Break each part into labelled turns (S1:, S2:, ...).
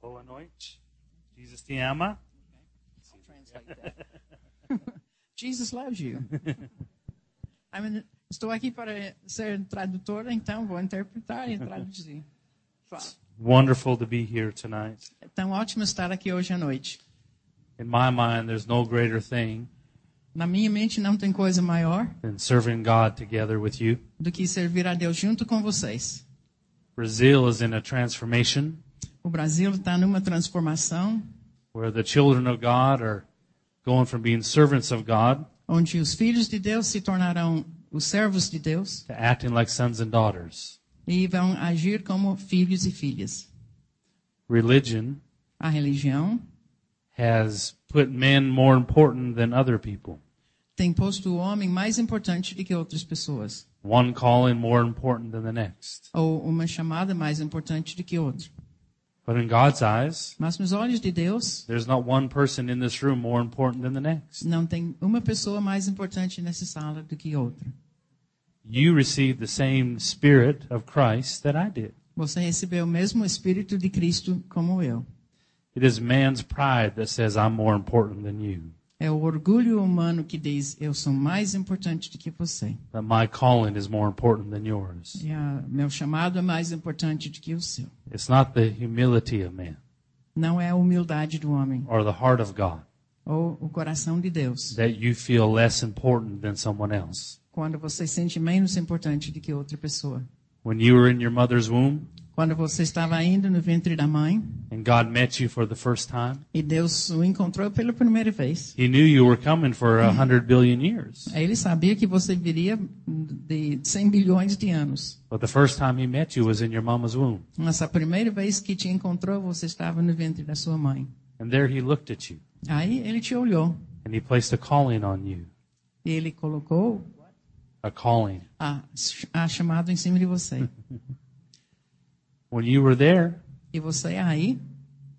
S1: Boa noite. Jesus te ama.
S2: I'll translate that. Jesus loves you. I'm in- estou aqui para ser tradutora, então vou interpretar e traduzir. Fala.
S1: Wonderful to be here tonight.
S2: É tão ótimo estar aqui hoje à noite.
S1: In my mind, there's no greater thing
S2: Na minha mente não tem coisa maior
S1: than serving God together with you.
S2: do que servir a Deus junto com vocês.
S1: Brazil is in a transformation
S2: O Brasil está numa transformação
S1: where the children of God are going from being servants of God
S2: onde os filhos de Deus se tornarão os servos de Deus
S1: to acting like sons and daughters.
S2: e vão agir como filhos e filhas.
S1: Religion
S2: A religião
S1: has put men more important than other people.
S2: tem posto o homem mais importante do que outras pessoas,
S1: One calling more important than the next.
S2: ou uma chamada mais importante do que outra.
S1: But in God's eyes,
S2: Mas nos olhos de Deus,
S1: there's not one person in this room more important than the next.
S2: não tem uma pessoa mais importante nessa sala do que outra.
S1: You received the same spirit of Christ that I did.
S2: Você recebeu o mesmo Espírito de Cristo como eu.
S1: It is man's pride that says I'm more important than you.
S2: É o orgulho humano que diz eu sou mais importante do que você.
S1: That my calling is more important than yours.
S2: E a, meu chamado é mais importante do que o seu.
S1: It's not the humility of man
S2: Não é a humildade do homem
S1: or the heart of God
S2: ou o coração de Deus
S1: that you feel less important than someone else.
S2: quando você se sente menos importante do que outra pessoa.
S1: When you were in your mother's womb
S2: Quando você estava ainda no ventre da mãe
S1: and God met you for the first time,
S2: e Deus o encontrou pela primeira vez,
S1: He knew you were coming for a hundred billion years.
S2: ele sabia que você viria de 100 bilhões de anos.
S1: But the first time He met you was in your mama's womb.
S2: Mas a primeira vez que te encontrou, você estava no ventre da sua mãe.
S1: And there He looked at you
S2: Aí ele te olhou
S1: and He placed a calling on you.
S2: e ele colocou
S1: A calling.
S2: a, a chamada em cima de você.
S1: When you were there,
S2: E você aí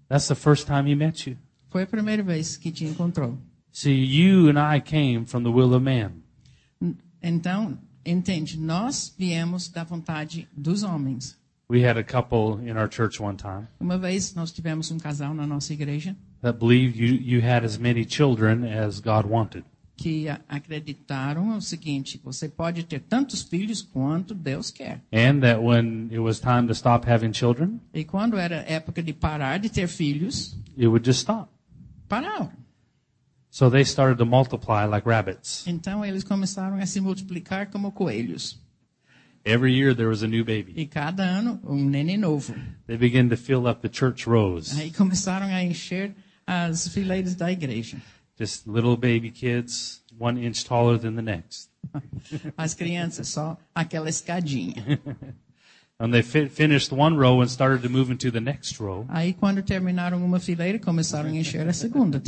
S1: that's the first time He met you.
S2: foi a primeira vez que te encontrou.
S1: See, you and I came from the will of man.
S2: N- Então, entende, nós viemos da vontade dos homens.
S1: We had a couple in our church one time
S2: Uma vez nós tivemos um casal na nossa igreja
S1: that believed you, you had as many children as God wanted.
S2: que a- acreditaram o seguinte: você pode ter tantos filhos quanto Deus quer.
S1: And that when it was time to stop having children,
S2: E quando era época de parar de ter filhos,
S1: it would just stop.
S2: pararam.
S1: So they started to multiply like rabbits.
S2: Então eles começaram a se multiplicar como coelhos.
S1: Every year there was a new baby.
S2: E cada ano um neném novo.
S1: They began to fill up the church rows.
S2: Aí começaram a encher as fileiras da igreja.
S1: Just little baby kids, one inch taller than the next.
S2: As crianças, só aquela escadinha.
S1: And they fi- finished one row and started to move into the next row.
S2: Aí quando terminaram uma fileira, começaram a encher a segunda.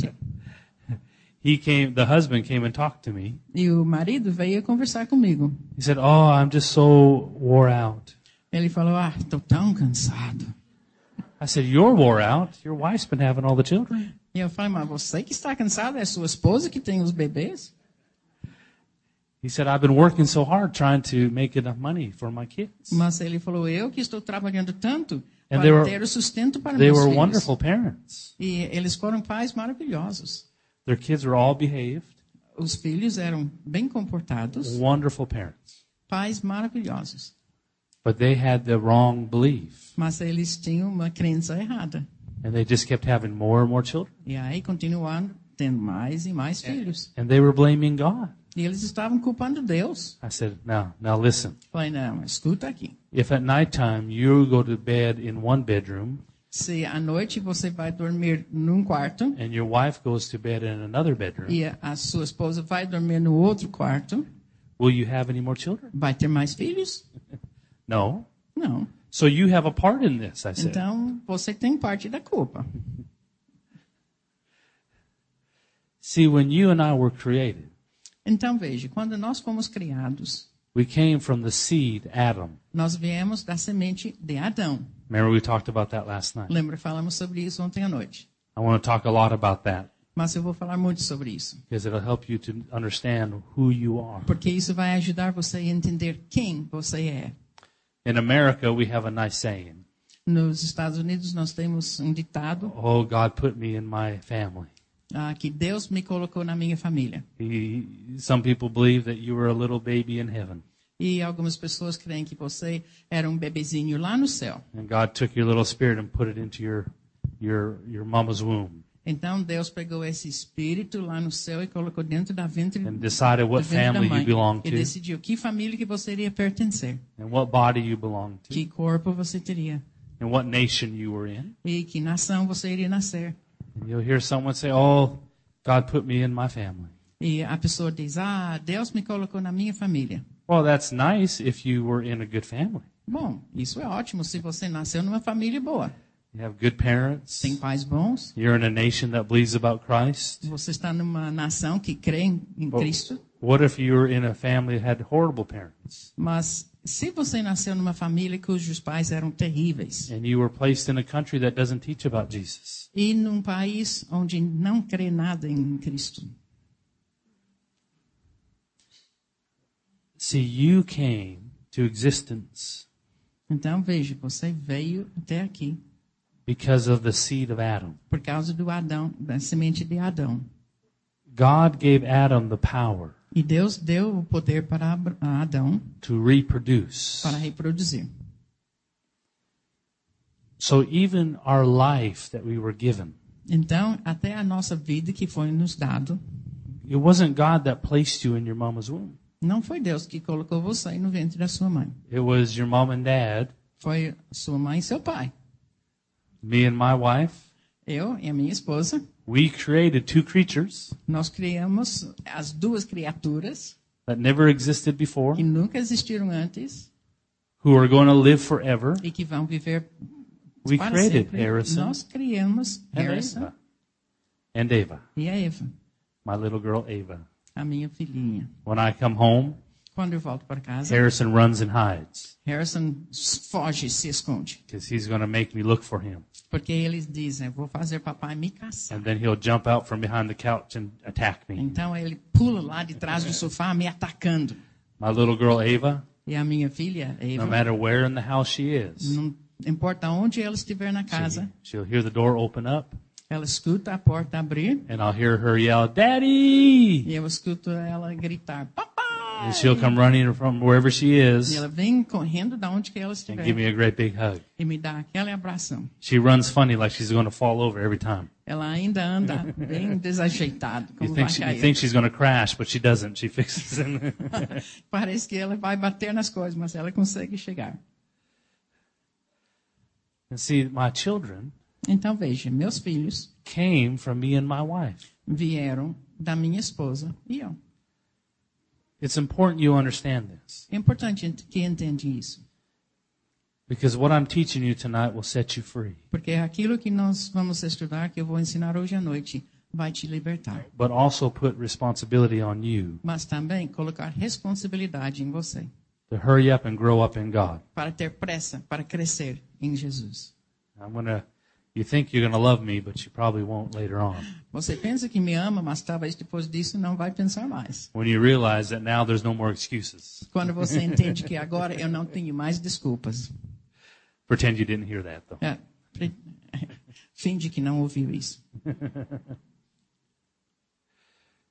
S1: He came, the husband came and talked to me.
S2: E o marido veio conversar comigo.
S1: He said, Oh, I'm just so wore out.
S2: Ele falou: Ah, estou tão cansado.
S1: I said, You're wore out. Your wife's been having all the children.
S2: E eu falei, mas você que está cansado é sua esposa que tem os bebês?
S1: He said, I've been working so hard trying to make enough money for my kids.
S2: Mas ele falou, eu que estou trabalhando tanto
S1: And
S2: para
S1: they were-
S2: ter o sustento para
S1: They
S2: meus
S1: were
S2: filhos.
S1: wonderful parents.
S2: E eles foram pais maravilhosos.
S1: Their kids were all behaved.
S2: Os filhos eram bem comportados,
S1: Wonderful parents.
S2: pais maravilhosos.
S1: But they had the wrong belief.
S2: Mas eles tinham uma crença errada.
S1: And they just kept having more and more children.
S2: E aí continuaram tendo mais e mais filhos.
S1: And they were blaming God.
S2: E eles estavam culpando Deus.
S1: I said, Now, now listen.
S2: Falei, não, escuta aqui.
S1: If at nighttime you go to bed in one bedroom
S2: Se à noite você vai dormir num quarto
S1: and your wife goes to bed in another bedroom,
S2: e a sua esposa vai dormir no outro quarto,
S1: will you have any more children?
S2: Vai ter mais filhos?
S1: No.
S2: Não.
S1: So you have a part in this, I said.
S2: Então você tem parte da culpa.
S1: See, when you and I were created,
S2: Então veja, quando nós fomos criados,
S1: we came from the seed, Adam.
S2: nós viemos da semente de Adão.
S1: Remember, we talked about that last night.
S2: Lembra, falamos sobre isso ontem à noite.
S1: I want to talk a lot about that
S2: Mas eu vou falar muito sobre isso,
S1: because it'll help you to understand who you are.
S2: porque isso vai ajudar você a entender quem você é.
S1: In America, we have a nice saying
S2: Nos Estados Unidos, nós temos um ditado
S1: Oh, God put me in my family.
S2: ah, que Deus me colocou na minha família.
S1: He, some people believe that you were a little baby in heaven,
S2: E algumas pessoas creem que você era um bebezinho lá no céu.
S1: and God took your little spirit and put it into your your your mama's womb,
S2: Então Deus pegou esse espírito lá no céu e colocou dentro da ventre,
S1: and decided
S2: do
S1: what
S2: ventre da
S1: family
S2: mãe
S1: you belonged
S2: e
S1: to,
S2: decidiu que família que você iria pertencer,
S1: and what body you belonged to,
S2: que corpo você teria
S1: and what nation you were in.
S2: e que nação você iria nascer.
S1: And you'll hear someone say, "Oh, God put me in my family."
S2: E a pessoa diz: Ah, Deus me colocou na minha família.
S1: Well, that's nice if you were in a good family.
S2: Bom, isso é ótimo se você nasceu numa família boa.
S1: You have good parents.
S2: Tem pais bons,
S1: You're in a nation that believes about Christ.
S2: você está numa nação que crê em, em
S1: Bom.
S2: Cristo.
S1: What if you were in a family that had horrible parents
S2: Mas se você nasceu numa família cujos pais eram terríveis
S1: and you were placed in a country that doesn't teach about Jesus?
S2: e num país onde não crê nada em Cristo,
S1: See, you came to existence
S2: então veja, você veio até aqui
S1: because of the seed of Adam.
S2: por causa do Adão, da semente de Adão.
S1: God gave Adam the power
S2: E Deus deu o poder para Abra- a Adão
S1: to reproduce.
S2: para reproduzir.
S1: So even our life that we were given,
S2: Então, até a nossa vida que foi nos dado,
S1: it wasn't God that placed you in your mama's womb.
S2: não foi Deus que colocou você no ventre da sua mãe.
S1: It was your mom and dad,
S2: Foi sua mãe e seu pai.
S1: me and my wife.
S2: Eu e a minha esposa,
S1: We created two creatures
S2: nós criamos as duas criaturas
S1: that never existed before,
S2: que nunca existiram antes
S1: who are going to live forever.
S2: e que vão viver
S1: We
S2: para
S1: created
S2: sempre.
S1: Harrison é
S2: Nós criamos
S1: and
S2: Harrison
S1: Ava. And Ava,
S2: e a Eva,
S1: my little girl Ava.
S2: a minha filhinha.
S1: When I come home,
S2: Quando eu volto para casa,
S1: Harrison runs and hides
S2: Harrison s- foge, se esconde,
S1: because he's going to make me look for him.
S2: porque eles dizem, vou fazer papai me caçar.
S1: And then he'll jump out from behind the couch and attack me.
S2: Então ele pula lá de trás do sofá me atacando.
S1: My little girl Ava,
S2: E a minha filha,
S1: no
S2: Eva,
S1: matter where in the house she is,
S2: não importa onde ela estiver na
S1: she,
S2: casa,
S1: she'll hear the door open up
S2: ela escuta a porta abrir
S1: and I'll hear her yell, Daddy!
S2: e eu escuto ela gritar, papai!
S1: And she'll come running from wherever she
S2: E
S1: is
S2: ela vem correndo da onde que ela
S1: and give
S2: estiver
S1: me a great big hug.
S2: e me dá aquele abração.
S1: She runs funny like she's going to fall over every time.
S2: Ela ainda anda bem desajeitada,
S1: You
S2: como vai
S1: think, she, you
S2: cair.
S1: think she's going to crash, but she doesn't. She fixes it.
S2: Parece que ela vai bater nas coisas, mas ela consegue chegar.
S1: and see, my children
S2: Então veja, meus filhos
S1: came from me and my wife.
S2: vieram da minha esposa e eu.
S1: It's important you understand this
S2: É importante ent- que entende isso.
S1: because what I'm teaching you tonight will set you free.
S2: Porque aquilo que nós vamos estudar, que eu vou ensinar hoje à noite, vai te libertar.
S1: but also put responsibility on you
S2: Mas também colocar responsabilidade em você,
S1: to hurry up and grow up in God.
S2: para ter pressa, para crescer em Jesus.
S1: I'm gonna. You think you're gonna love me, but you probably won't later on.
S2: Você pensa que me ama, mas talvez depois disso não vai pensar mais.
S1: When you realize that now there's no more excuses.
S2: Quando você entende que agora eu não tenho mais desculpas.
S1: Pretend you didn't hear that though.
S2: É, pre- finge que não ouviu isso.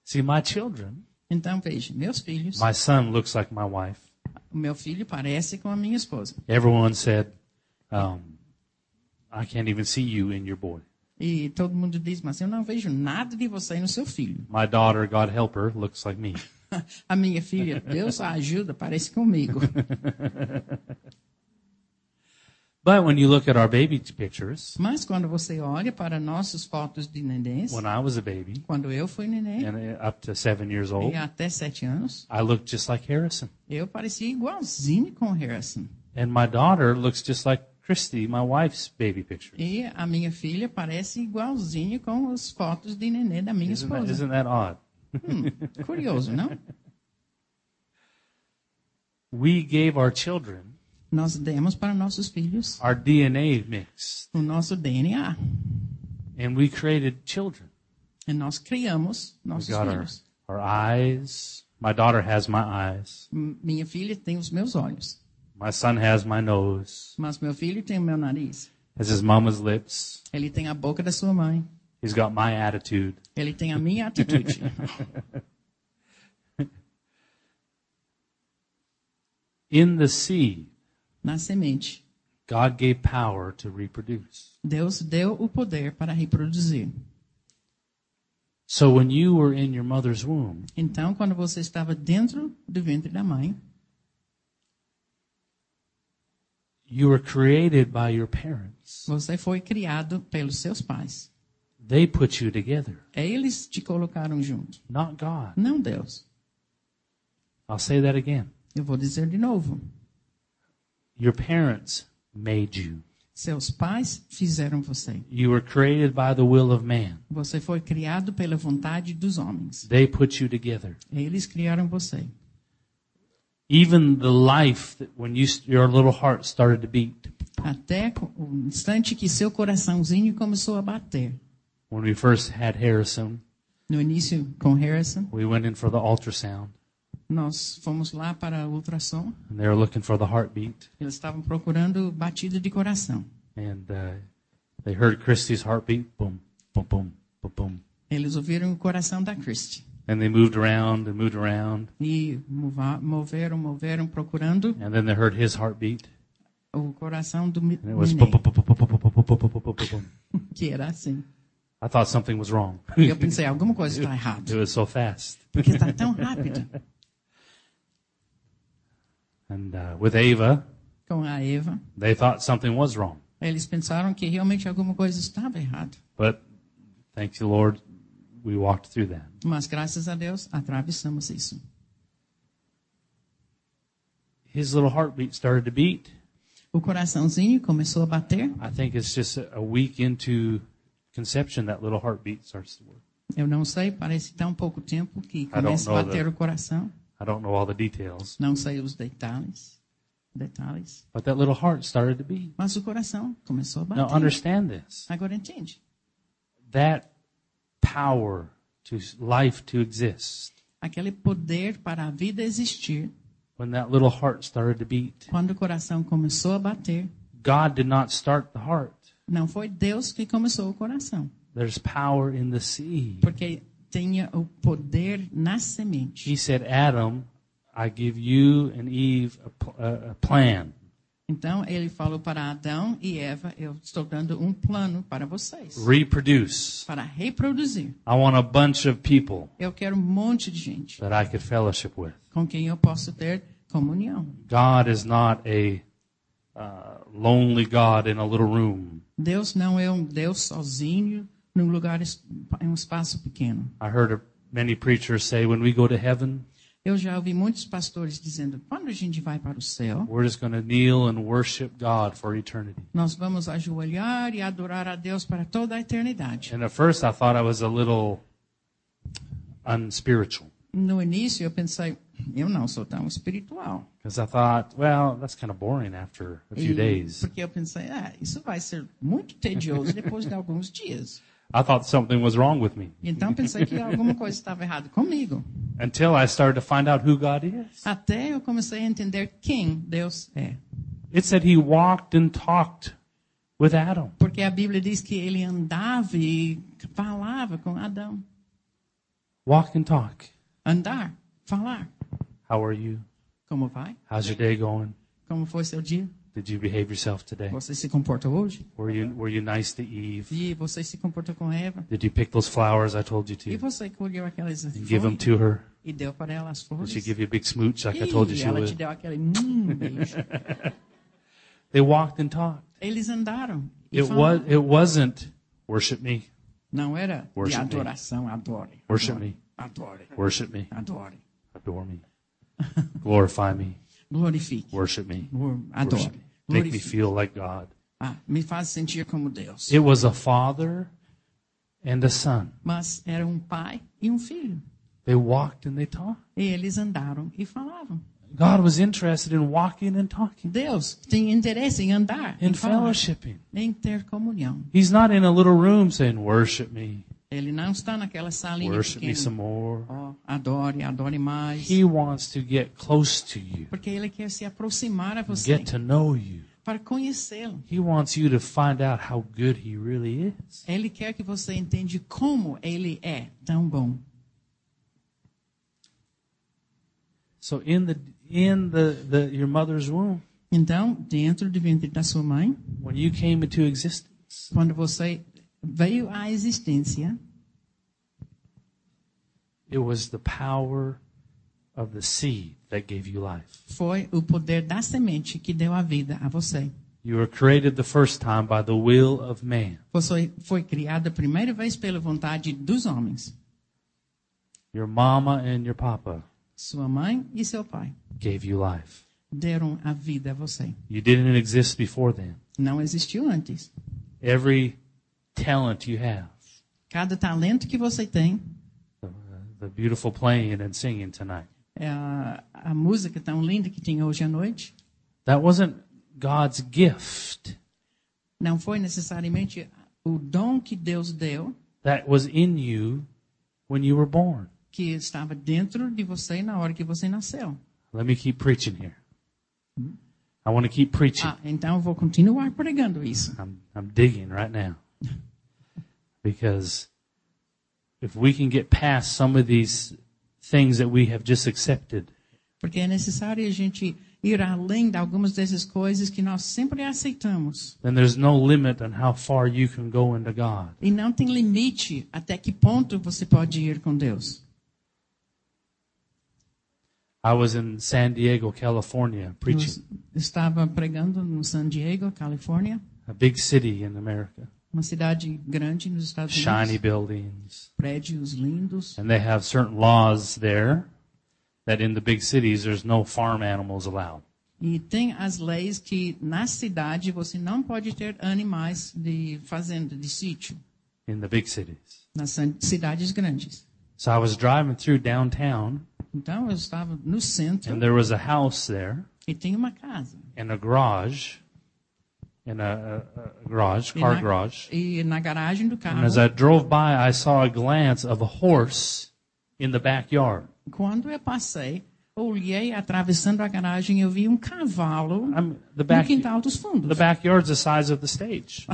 S1: See, my children,
S2: Então veja, meus filhos,
S1: my son looks like my wife.
S2: o meu filho parece com a minha esposa.
S1: Everyone said, um, "I can't even see you in your boy."
S2: E todo mundo diz, mas eu não vejo nada de você no seu filho.
S1: My daughter, God help her, looks like me.
S2: A minha filha, Deus a ajuda, parece comigo.
S1: But when you look at our baby pictures,
S2: Mas quando você olha para nossas fotos de nenéns,
S1: when I was a baby
S2: quando eu fui neném,
S1: and uh, up to seven years old,
S2: e até sete anos,
S1: I looked just like Harrison.
S2: eu parecia igualzinho com o assim. Harrison.
S1: And my daughter looks just like Christy, my wife's baby picture.
S2: E a minha filha parece igualzinho com as fotos de neném da minha
S1: Isn't that,
S2: esposa.
S1: isn't that odd?
S2: Curioso, não?
S1: We gave our children
S2: Nós demos para nossos filhos
S1: our DNA mixed,
S2: o nosso DNA.
S1: and we created children.
S2: E nós criamos
S1: We
S2: nossos
S1: got our,
S2: filhos.
S1: our eyes. My daughter has my eyes.
S2: M- Minha filha tem os meus olhos.
S1: My son has my nose,
S2: Mas meu filho tem o meu nariz.
S1: has his mama's lips.
S2: Ele tem a boca da sua mãe.
S1: He's got my attitude.
S2: Ele tem a minha atitude.
S1: In the seed,
S2: Na semente.
S1: God gave power to reproduce.
S2: Deus deu o poder para reproduzir.
S1: So when you were in your mother's womb,
S2: Então, quando você estava dentro do ventre da mãe,
S1: you were created by your parents.
S2: você foi criado pelos seus pais.
S1: They put you together,
S2: Eles te colocaram junto,
S1: not God.
S2: não Deus.
S1: I'll say that again.
S2: Eu vou dizer de novo.
S1: Your parents made you.
S2: Seus pais fizeram você.
S1: You were created by the will of man.
S2: Você foi criado pela vontade dos homens.
S1: They put you together.
S2: Eles criaram você.
S1: Even the life that when you, st- your little heart started to beat,
S2: Até co- o instante que seu coraçãozinho começou a bater.
S1: when we first had Harrison,
S2: No início, com Harrison,
S1: we went in for the ultrasound
S2: nós fomos lá para o ultrassom.
S1: and they were looking for the heartbeat
S2: Eles estavam procurando batida de coração.
S1: and uh, they heard Christy's heartbeat, boom, boom, boom, boom, boom.
S2: Eles ouviram o coração da Christie.
S1: And they moved around and moved around
S2: E mova- moveram, moveram, procurando
S1: and then they heard his heartbeat
S2: o coração do me-
S1: and it was boom,
S2: neném,
S1: boom, boom, boom, boom, boom, boom, boom, boom, boom, boom, boom, boom.
S2: que era assim.
S1: I thought something was wrong.
S2: E eu pensei, alguma coisa está
S1: It
S2: errada,
S1: was so fast.
S2: porque está tão rápido.
S1: And uh, with Ava,
S2: Com a Eva,
S1: they thought something was wrong.
S2: eles pensaram que realmente alguma coisa estava errada.
S1: But thank you, Lord, we walked through that.
S2: Mas graças a Deus, atravessamos isso.
S1: His little heartbeat started to beat.
S2: O coraçãozinho começou a bater.
S1: I think it's just a a week into conception that little heartbeat starts to work.
S2: Eu não sei, parece tão pouco tempo que
S1: don't
S2: começa
S1: know
S2: a bater
S1: that.
S2: o coração.
S1: I don't know all the details,
S2: Não sei os detalhes, detalhes.
S1: but that little heart started to beat.
S2: Mas o coração começou a
S1: Now
S2: bater.
S1: understand this.
S2: Agora entende.
S1: That power to s- life to exist.
S2: Aquele poder para a vida existir
S1: When that little heart started to beat,
S2: Quando o coração começou a bater,
S1: God did not start the heart.
S2: não foi Deus que começou o coração,
S1: There's power in the seed.
S2: porque tinha o poder na semente.
S1: He said, Adam, I give you and Eve a, pl- a, a plan.
S2: Então ele falou para Adão e Eva: Eu estou dando um plano para vocês,
S1: Reproduce.
S2: para reproduzir.
S1: I want a bunch of people
S2: Eu quero um monte de gente
S1: that I could fellowship with.
S2: com quem eu posso ter comunhão.
S1: God is not a uh, lonely God in a little room.
S2: Deus não é um Deus sozinho num lugar, es- em um espaço pequeno.
S1: I heard a, many preachers say, when we go to heaven,
S2: Eu já ouvi muitos pastores dizendo: quando a gente vai para o céu,
S1: we're just going to kneel and worship God for eternity.
S2: Nós vamos ajoelhar e adorar a Deus para toda a eternidade.
S1: And at first, I thought I was a little unspiritual
S2: No início eu pensei, eu não sou tão espiritual.
S1: because I thought, well, that's kind of boring after a few
S2: E-
S1: days.
S2: Porque eu pensei, ah, isso vai ser muito tedioso depois de alguns dias.
S1: I thought something was wrong with me
S2: Então pensei que alguma coisa estava errada comigo.
S1: until I started to find out who God is.
S2: Até eu comecei a entender quem Deus é.
S1: It said he walked and talked with Adam.
S2: Porque a Bíblia diz que ele andava e falava com Adão.
S1: Walk and talk.
S2: Andar, falar.
S1: How are you?
S2: Como vai?
S1: How's your day going?
S2: Como foi seu dia?
S1: Did you behave yourself today?
S2: Você se comportou hoje?
S1: Were you were you nice to Eve?
S2: E você se comportou com Eva?
S1: Did you pick those flowers I told you
S2: E
S1: to?
S2: você colheu aquelas
S1: And give them
S2: flores
S1: to her?
S2: e deu para ela as
S1: Did
S2: flores.
S1: she give you a big smooch like I told you
S2: E
S1: she
S2: ela te
S1: would?
S2: deu aquele hum, beijo.
S1: They walked and talked.
S2: Eles andaram. E
S1: It was
S2: falaram.
S1: it wasn't worship me,
S2: Não era de
S1: Worship me.
S2: adoração, adore.
S1: Worship
S2: adore,
S1: me.
S2: Adore,
S1: worship me,
S2: adore.
S1: adore me, glorify me,
S2: Glorifique.
S1: worship me,
S2: Glor-
S1: worship
S2: Adore.
S1: me, make me
S2: Glorifique.
S1: feel like God.
S2: Ah, me faz sentir como Deus.
S1: It was a father and a son.
S2: Mas era um pai e um filho.
S1: They walked and they talked.
S2: E eles andaram e falavam.
S1: God was interested in walking and talking,
S2: Deus tem interesse em andar,
S1: in
S2: em falar,
S1: fellowshipping.
S2: em ter comunhão.
S1: He's not in a little room saying, worship me.
S2: Ele não está naquela salinha
S1: Worship me
S2: pequena.
S1: some more.
S2: Ó, adore, adore mais.
S1: He wants to get close to you,
S2: Porque ele quer se aproximar a você
S1: get to know you.
S2: para conhecê-lo.
S1: He wants you to find out how good He really is.
S2: Ele quer que você entende como ele é tão bom.
S1: So in the in the, the your mother's womb,
S2: Então, dentro do ventre da sua mãe,
S1: when you came into existence,
S2: quando você veio à existência,
S1: it was the power of the seed that gave you life.
S2: foi o poder da semente que deu a vida a você.
S1: You were created the first time by the will of man.
S2: Você foi criada a primeira vez pela vontade dos homens.
S1: Your mama and your papa
S2: Sua mãe e seu pai
S1: gave you life.
S2: deram a vida a você.
S1: You didn't exist before then.
S2: Não existiu antes.
S1: Every talent you have,
S2: Cada talento que você tem,
S1: the, the beautiful playing and singing tonight,
S2: é a, a música tão linda que tem hoje à noite,
S1: that wasn't God's gift.
S2: não foi necessariamente o dom que Deus deu
S1: That was in you when you were born.
S2: que estava dentro de você na hora que você nasceu.
S1: Let me keep preaching here. I want to keep preaching.
S2: Ah, então eu vou continuar pregando isso.
S1: I'm, I'm digging right now. Because if we can get past some of these things that we have just accepted,
S2: Porque é necessário a gente ir além de algumas dessas coisas que nós sempre aceitamos.
S1: then there's no limit on how far you can go into God.
S2: E não tem limite até que ponto você pode ir com Deus.
S1: I was in San Diego, California,
S2: Eu
S1: preaching,
S2: estava pregando no San Diego, Califórnia,
S1: a big city in America,
S2: uma cidade grande nos Estados
S1: shiny
S2: Unidos.
S1: buildings.
S2: Prédios lindos.
S1: And they have certain laws there that in the big cities there's no farm animals allowed.
S2: E tem as leis que na cidade você não pode ter animais de fazenda, de sítio,
S1: in the big cities.
S2: nas san- cidades grandes.
S1: So I was driving through downtown
S2: Então eu estava no centro
S1: and there was a house there
S2: e tem uma casa.
S1: and a garage and a, a, a garage,
S2: E
S1: car
S2: na-
S1: garage.
S2: E na garagem do carro,
S1: And as I drove by, I saw a glance of a horse in the backyard.
S2: quando eu passei, olhei atravessando a garagem, eu vi um cavalo
S1: I'm, the
S2: no
S1: back,
S2: quintal dos
S1: the
S2: fundos.
S1: backyard's the size of the stage.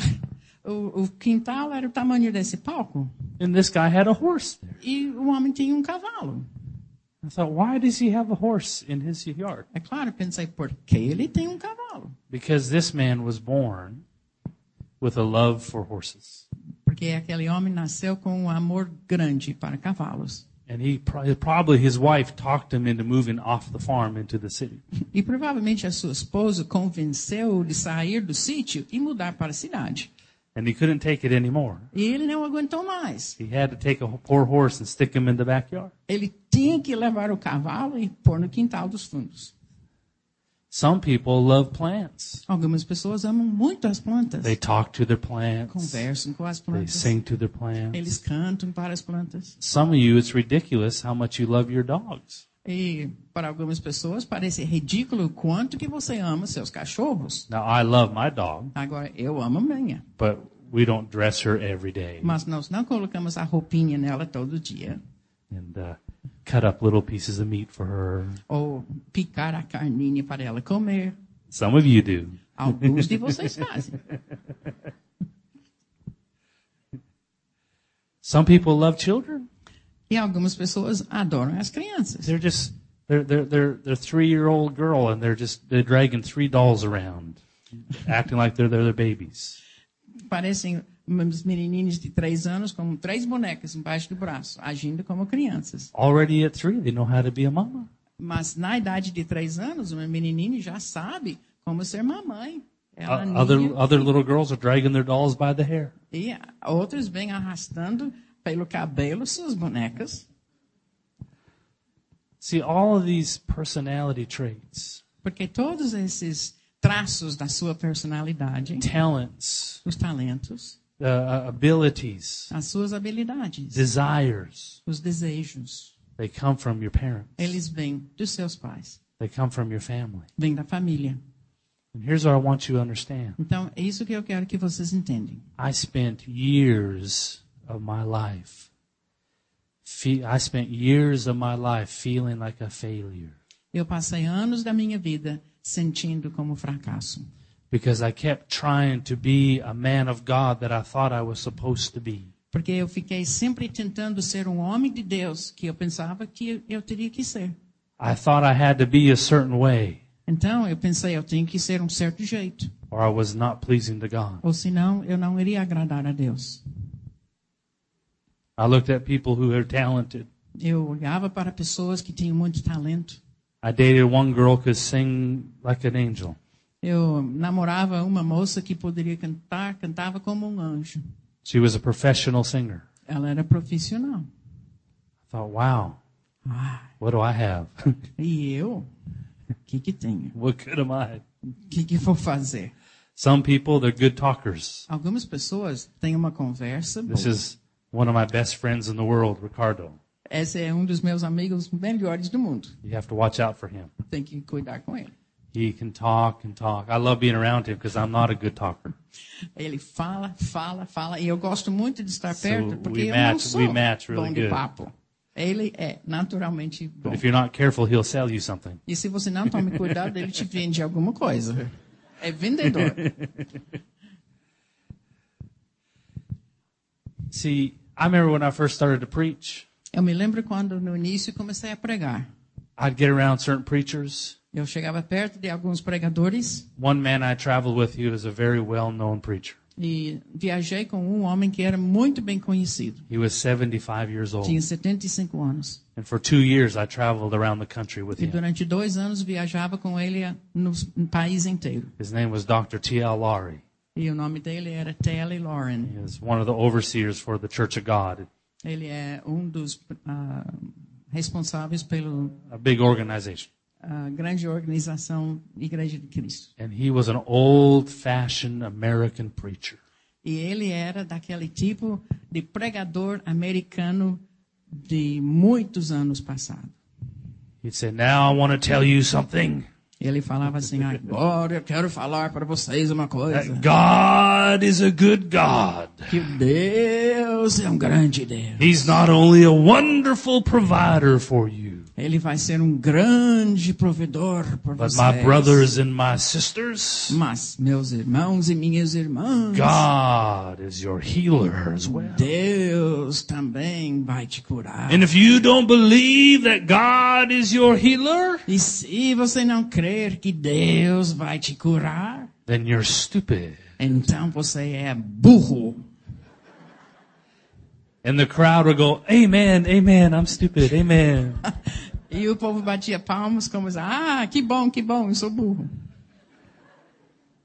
S2: O, o quintal era o tamanho desse palco
S1: And this guy had a horse there.
S2: e o homem tinha um cavalo.
S1: I thought, why does he have a horse in his yard?
S2: É claro, eu pensei, por que ele tem um cavalo?
S1: Because this man was born with a love for horses.
S2: Porque aquele homem nasceu com um amor grande para cavalos.
S1: And he pro- probably his wife talked him into moving off the farm into the city.
S2: E provavelmente a sua esposa convenceu-o de sair do sítio e mudar para a cidade.
S1: And he couldn't take it anymore.
S2: E ele não aguentou mais.
S1: He had to take a poor horse and stick him in the backyard.
S2: Ele tinha que levar o cavalo e pôr no quintal dos fundos.
S1: Some people love plants.
S2: Algumas pessoas amam muito as plantas.
S1: They talk to their plants.
S2: Conversam com as
S1: They
S2: plantas.
S1: sing to their plants.
S2: Eles cantam para as plantas.
S1: Some of you, it's ridiculous how much you love your dogs.
S2: E para algumas pessoas parece ridículo o quanto que você ama seus cachorros.
S1: Now, I love my dog,
S2: Agora, eu amo a minha.
S1: but we don't dress her every day
S2: Mas nós não colocamos a roupinha nela todo dia.
S1: and uh, cut up little pieces of meat for her.
S2: Ou picar a carninha para ela comer.
S1: Some of you do.
S2: Alguns de vocês fazem.
S1: Some people love children.
S2: E algumas pessoas adoram as crianças.
S1: They're just they're they're they're they're three year old girl and they're just they're dragging three dolls around, acting like they're they're their babies.
S2: Parecem uns menininhos de três anos com três bonecas embaixo do braço, agindo como crianças.
S1: Already at three, they know how to be a mama.
S2: Mas na idade de três anos, uma menininha já sabe como ser mamãe. Ela
S1: O- other
S2: ninha-
S1: other little girls are dragging their dolls by the hair.
S2: E outros vêm arrastando pelo cabelo suas bonecas.
S1: See all of these personality traits,
S2: Porque todos esses traços da sua personalidade,
S1: talents,
S2: os talentos,
S1: uh, uh, abilities,
S2: as suas habilidades,
S1: desires,
S2: os desejos,
S1: they come from your parents.
S2: eles vêm dos seus pais,
S1: They come from your family.
S2: vêm da família.
S1: And here's what I want you to understand.
S2: Então, é isso que eu quero que vocês entendam.
S1: I spent years of my life. Fe- I spent years of my life feeling like a failure
S2: Eu passei anos da minha vida sentindo como fracasso,
S1: because I kept trying to be a man of God that I thought I was supposed to be.
S2: porque eu fiquei sempre tentando ser um homem de Deus que eu pensava que eu teria que ser.
S1: I thought I had to be a certain way
S2: Então eu pensei, eu tenho que ser um certo jeito,
S1: or I was not pleasing to God.
S2: ou senão eu não iria agradar a Deus.
S1: I looked at people who are talented.
S2: Eu olhava para pessoas que tinham muito talento.
S1: I dated one girl could sing like an angel.
S2: Eu namorava uma moça que poderia cantar, cantava como um anjo.
S1: She was a professional singer.
S2: Ela era profissional.
S1: I thought, wow,
S2: Ah,
S1: what do I have?
S2: e eu? O que que tenho?
S1: what good am I?
S2: O que que eu vou fazer?
S1: Some people, they're good talkers.
S2: Algumas pessoas têm uma conversa. boa.
S1: This is one of my best friends in the world, Ricardo.
S2: Esse é um dos meus amigos melhores do mundo.
S1: You have to watch out for him.
S2: Tem que cuidar com ele.
S1: He can talk and talk. I love being around him because I'm not a good talker.
S2: Ele fala, fala, fala. E eu gosto muito de estar
S1: So
S2: perto, porque
S1: we
S2: eu não
S1: match-
S2: sou
S1: we match really
S2: bom de
S1: good.
S2: papo. Ele é naturalmente bom.
S1: But if you're not careful, he'll sell you something.
S2: E se você não tome cuidado, ele te vende alguma coisa. É vendedor.
S1: See, I remember when I first started to preach,
S2: Eu me lembro quando no início comecei a pregar.
S1: I'd get around certain preachers.
S2: Eu chegava perto de alguns pregadores
S1: One man I traveled with, he was a very well-known preacher.
S2: e viajei com um homem que era muito bem conhecido.
S1: He was 75 years old.
S2: Tinha 75 anos.
S1: And for two years, I traveled around the country with
S2: E
S1: him.
S2: durante dois anos viajava com ele no país inteiro.
S1: His name was Dr. T.L. Lowry.
S2: E o nome dele era Telly Lauren.
S1: He was one of the overseers for the Church of God,
S2: Ele é um dos ah, responsáveis pela
S1: a big organization.
S2: grande organização Igreja de Cristo.
S1: And he was an old-fashioned American preacher.
S2: E ele era daquele tipo de pregador americano de muitos anos passados.
S1: He'd say, now I want to tell you something.
S2: Ele falava assim: agora eu quero falar para vocês uma coisa.
S1: That God is a good God.
S2: Que Deus é um grande Deus.
S1: He's not only a wonderful provider for you,
S2: Ele vai ser um grande provedor por
S1: but
S2: vocês.
S1: my brothers and my sisters,
S2: Mas, meus irmãos e minhas irmãs,
S1: God is your healer as well.
S2: Deus também vai te curar.
S1: And if you don't believe that God is your healer,
S2: E se você não crer que Deus vai te curar,
S1: then you're stupid.
S2: então você é burro.
S1: And the crowd would go, Amen, Amen, I'm stupid, Amen.
S2: E o povo batia palmas como assim, ah, que bom, que bom, eu sou burro.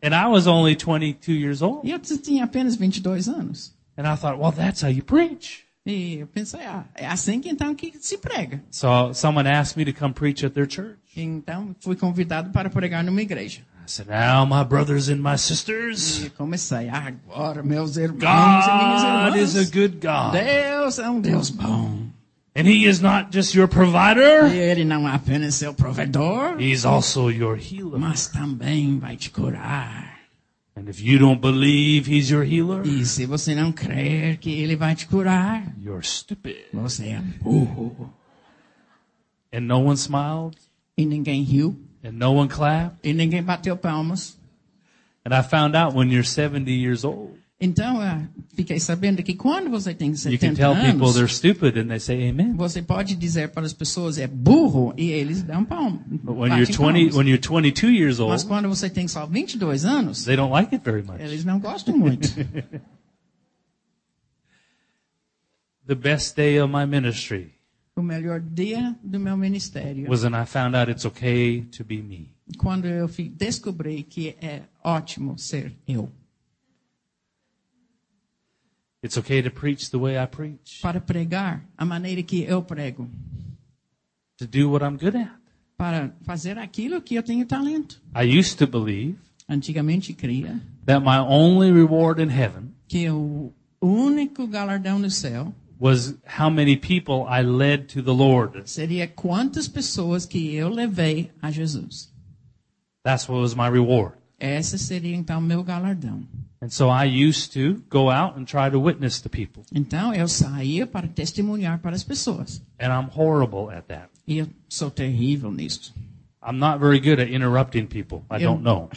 S1: and I was only 22 years old.
S2: E eu tinha apenas 22 anos.
S1: And I thought, well, that's how you preach.
S2: E eu pensei, ah, é assim que então que se prega.
S1: So someone asked me to come preach at their church.
S2: Então fui convidado para pregar numa igreja.
S1: I said, now my brothers and my sisters,
S2: E comecei, ah, agora meus irmãos
S1: God
S2: e minhas
S1: is a
S2: irmãs,
S1: good God.
S2: Deus é um Deus bom.
S1: And He is not just your
S2: E
S1: provider,
S2: ele não é apenas seu provedor,
S1: He's also your healer.
S2: mas também vai te curar.
S1: And if you don't believe He's your healer,
S2: E se você não crer que ele vai te curar,
S1: you're stupid.
S2: você é burro.
S1: And no one smiled
S2: E ninguém riu,
S1: and no one clapped.
S2: e ninguém bateu palmas.
S1: And I found out when you're 70 years old,
S2: Então, ah, fiquei sabendo que quando você tem
S1: you can
S2: 70
S1: tell people they're
S2: anos,
S1: stupid and they say amen.
S2: você pode dizer para as pessoas é burro e eles dão palma.
S1: But when you're 20, when you're 22 years
S2: Mas
S1: old,
S2: quando você tem só 22 anos,
S1: they don't like it very much.
S2: eles não gostam muito.
S1: The best day of my ministry
S2: o melhor dia do meu ministério.
S1: was when I found out it's okay to be me.
S2: quando eu fi- descobri que é ótimo ser eu
S1: It's okay to preach the way I preach,
S2: para pregar a maneira que eu prego,
S1: to do what I'm good at.
S2: para fazer aquilo que eu tenho talento.
S1: I used to believe
S2: Antigamente cria
S1: that my only reward in heaven
S2: que o único galardão no céu
S1: was how many people I led to the Lord.
S2: seria quantas pessoas que eu levei a Jesus.
S1: That's what was my reward.
S2: Esse seria então meu galardão.
S1: And so I used to go out and try to witness to people.
S2: Então eu saía para testemunhar para as pessoas.
S1: And I'm horrible at that.
S2: E eu sou terrível nisso.
S1: I'm not very good at interrupting people. I
S2: Yeah.
S1: don't know.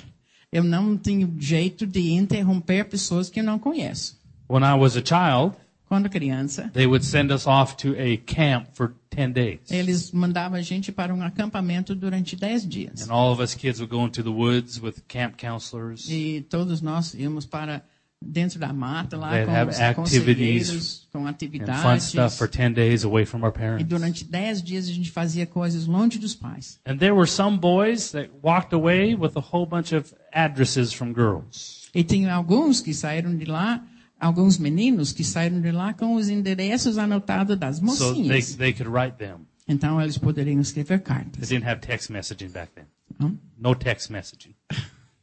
S2: Eu não tenho jeito de interromper pessoas que eu não conheço.
S1: When I was a child,
S2: Quando criança,
S1: they would send us off to a camp for 10 days.
S2: eles mandavam a gente para um acampamento durante dez dias.
S1: And all of us kids would go into the woods with camp counselors.
S2: E todos nós íamos para dentro da mata lá
S1: They'd have
S2: com os
S1: activities
S2: conselheiros, com
S1: and fun
S2: atividades.
S1: stuff for 10 days away from our
S2: E
S1: parents.
S2: durante dez dias a gente fazia coisas longe dos pais.
S1: And there were some boys that walked away with a whole bunch of addresses from girls.
S2: E tinha alguns que saíram de lá, alguns meninos que saíram de lá com os endereços anotados das
S1: So they,
S2: mocinhas.
S1: they could write them.
S2: Então eles poderiam escrever
S1: They
S2: cartas.
S1: didn't have text messaging back then.
S2: Não?
S1: No text messaging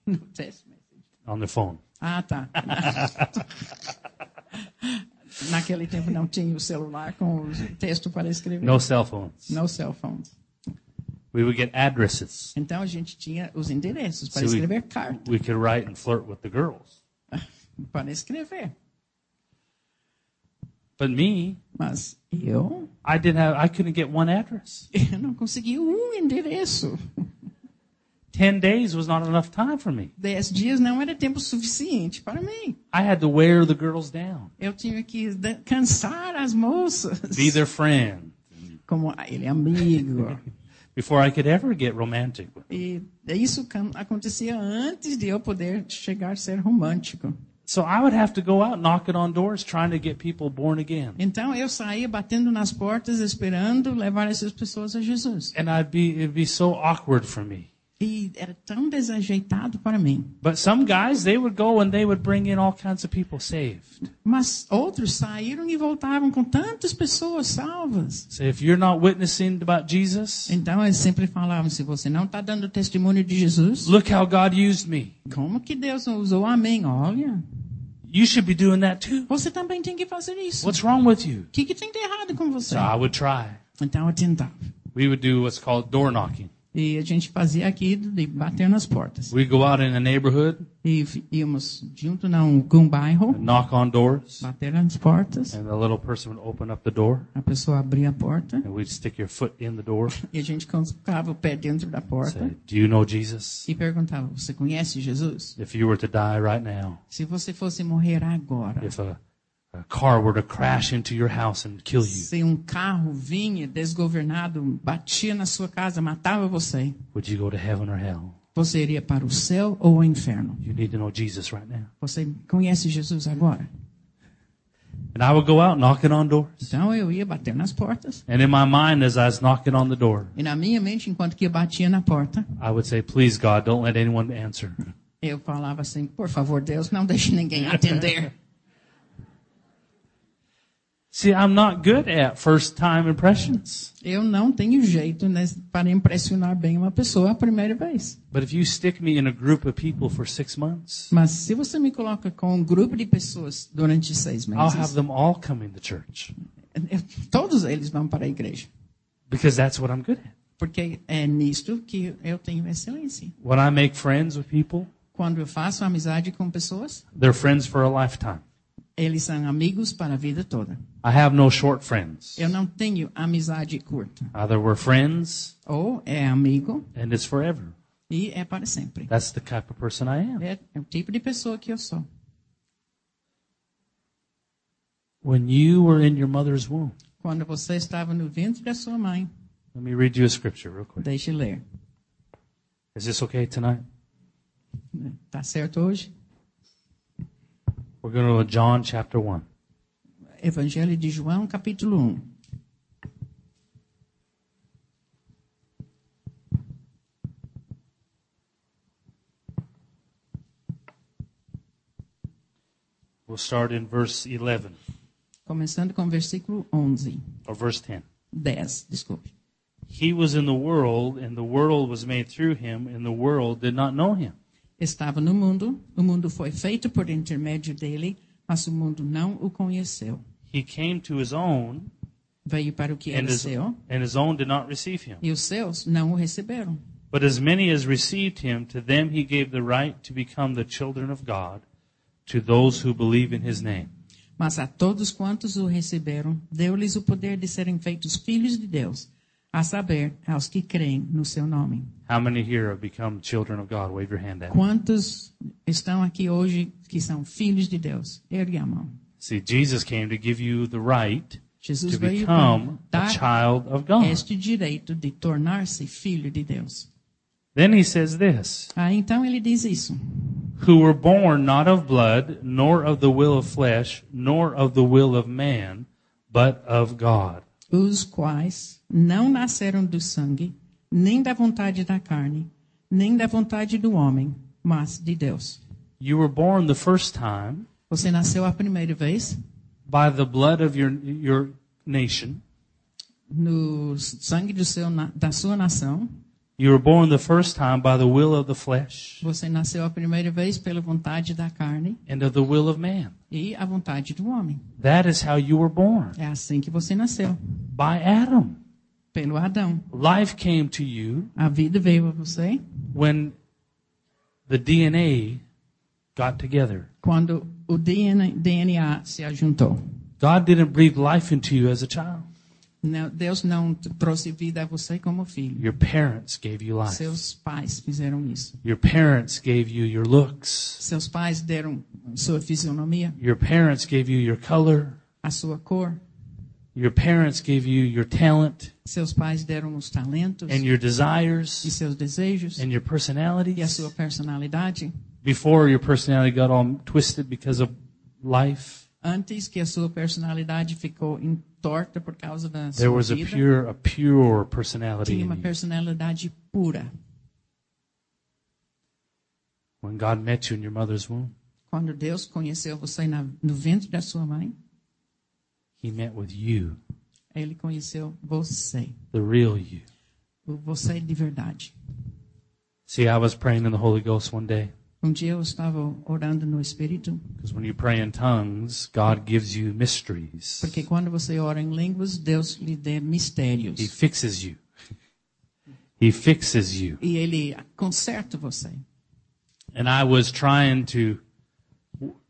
S2: No text message.
S1: on their phone.
S2: Ah, tá. Naquele tempo não tinha o celular com o texto para escrever.
S1: No cell phones.
S2: No cell phones.
S1: We would get addresses.
S2: Então a gente tinha os endereços para
S1: So we-
S2: escrever cartas.
S1: We could write and flirt with the girls.
S2: Para escrever.
S1: But me,
S2: Mas eu,
S1: I didn't have, I couldn't get one address.
S2: eu não consegui um endereço.
S1: 10 days was not enough time for me.
S2: Dez dias não era tempo suficiente para mim.
S1: I had to wear the girls down,
S2: Eu tinha que da- cansar as moças.
S1: be their friend
S2: Como ah, ele é amigo.
S1: before I could ever get romantic with them.
S2: e isso can- acontecia antes de eu poder chegar a ser romântico.
S1: So I would have to go out knocking on doors trying to get people born again.
S2: Então eu saía batendo nas portas, esperando levar essas pessoas a Jesus.
S1: And I'd be, it'd be so awkward for me.
S2: E era tão desajeitado para mim.
S1: But some guys, they would go and they would bring in all kinds of people saved.
S2: Mas outros saíram e voltavam com tantas pessoas salvas.
S1: Say, if you're not witnessing about Jesus,
S2: Então eles sempre falavam: se você não está dando testemunho de Jesus,
S1: look how God used me.
S2: como que Deus não usou? Amém. Olha,
S1: You should be doing that too.
S2: você também tem que fazer isso.
S1: What's wrong with you?
S2: O que, que tem de errado com você?
S1: So I would try.
S2: Então eu tentava.
S1: We would do what's called door knocking.
S2: E a gente fazia aquilo de bater nas portas.
S1: We'd go out in a neighborhood,
S2: E f- íamos junto em algum bairro,
S1: knock on doors,
S2: bater nas portas.
S1: and the little person would open up the door,
S2: A pessoa abria a porta
S1: and we'd stick your foot in the door,
S2: e a gente colocava o pé dentro da porta
S1: say, Do you know Jesus?
S2: e perguntava: Você conhece Jesus?
S1: If you were to die right now,
S2: Se você fosse morrer agora,
S1: if a, a car were to crash into your house and kill you,
S2: se um carro vinha desgovernado, batia na sua casa, matava você,
S1: would you go to heaven or hell?
S2: você iria para o céu ou o inferno?
S1: You need to know Jesus right now.
S2: Você conhece Jesus agora?
S1: And I would go out knocking on doors.
S2: Então eu ia bater nas portas.
S1: And in my mind, as I was knocking on the door,
S2: E na minha mente, enquanto que eu batia na porta,
S1: I would say, Please, God, don't let anyone answer.
S2: eu falava assim: por favor, Deus, não deixe ninguém atender.
S1: See, I'm not good at first time impressions.
S2: Eu não tenho jeito né, para impressionar bem uma pessoa a primeira vez.
S1: But if you stick me in a group of people for six months,
S2: Mas se você me coloca com um grupo de pessoas durante seis
S1: I'll have
S2: meses,
S1: them all coming to church
S2: eu- todos eles vão para a igreja.
S1: because that's what I'm good at.
S2: Porque é nisto que eu tenho excelência.
S1: When I make friends with people,
S2: Quando eu faço amizade com pessoas,
S1: they're friends for a lifetime.
S2: eles são amigos para a vida toda.
S1: I have no short friends.
S2: Eu não tenho amizade curta.
S1: Either we're friends
S2: Ou é amigo
S1: and it's forever.
S2: e é para sempre.
S1: That's the type of person I am.
S2: É é o tipo de pessoa que eu sou.
S1: When you were in your mother's womb,
S2: Quando você estava no ventre da sua mãe,
S1: let me read you a scripture real quick.
S2: deixe ler.
S1: Is this okay tonight?
S2: Tá certo hoje?
S1: We're going to John chapter 1.
S2: Evangelho de João, capítulo um, 1.
S1: We'll start in verse 11
S2: Começando com o versículo 11.
S1: or verse 10.
S2: 10, desculpe.
S1: He was in the world, and the world was made through him, and the world did not know him.
S2: Estava no mundo, o mundo foi feito por intermédio dele, mas o mundo não o conheceu.
S1: He came to his own,
S2: Veio para o que
S1: and
S2: era
S1: his,
S2: seu,
S1: and his own did not receive him.
S2: e os seus não o receberam.
S1: But as many as received him, to them he gave the right to become the children of God, to those who believe in his name.
S2: Mas a todos quantos o receberam, deu-lhes o poder de serem feitos filhos de Deus, a saber, aos que creem no seu nome.
S1: How many here have become children of God? Wave your hand at me.
S2: Quantos estão aqui hoje que são filhos de Deus? Ergue a mão.
S1: See, Jesus came to give you the right
S2: Jesus
S1: to
S2: veio para
S1: become a
S2: dar
S1: child of God.
S2: este direito de tornar-se filho de Deus.
S1: Then he says this.
S2: Aí então ele diz isso.
S1: who were born not of blood, nor of the will of flesh, nor of the will of man, but of God.
S2: os quais não nasceram do sangue, nem da vontade da carne, nem da vontade do homem, mas de Deus.
S1: You were born the first time
S2: Você nasceu a primeira vez
S1: by the blood of your, your nation.
S2: no sangue do seu, na- da sua nação,
S1: You were born the first time by the will of the flesh
S2: você nasceu a primeira vez pela vontade da carne
S1: and of the will of man.
S2: e a vontade do homem.
S1: That is how you were born,
S2: É assim que você nasceu,
S1: by Adam.
S2: pelo Adão.
S1: Life came to you
S2: A vida veio a você
S1: when the DNA got together.
S2: quando o DNA, DNA se ajuntou.
S1: God didn't breathe life into you as a child.
S2: Não- Deus não t- trouxe vida a você como filho.
S1: Your parents gave you life.
S2: Seus pais fizeram isso.
S1: Your parents gave you your looks.
S2: Seus pais deram sua fisionomia,
S1: Your parents gave you your color.
S2: a sua cor.
S1: Your parents gave you your talent
S2: Seus pais deram os talentos
S1: and your
S2: e
S1: desires
S2: seus desejos
S1: and your
S2: e a sua
S1: personalities.
S2: personalidade.
S1: Before your personality got all twisted because of life,
S2: Antes que a sua personalidade ficou entorta por causa da
S1: there
S2: sua
S1: was a
S2: vida,
S1: pure, a pure personality
S2: tinha uma
S1: in you.
S2: personalidade pura.
S1: When God met you in your mother's womb,
S2: Quando Deus conheceu você na, no ventre da sua mãe,
S1: He met with you,
S2: Ele conheceu você,
S1: the real you.
S2: o você de verdade.
S1: See, I was praying in the Holy Ghost one day
S2: Um dia eu estava orando no Espírito,
S1: because when you pray in tongues, God gives you mysteries.
S2: porque quando você ora em línguas, Deus lhe dê mistérios.
S1: He fixes you. He fixes you.
S2: e ele conserta você.
S1: And I was trying to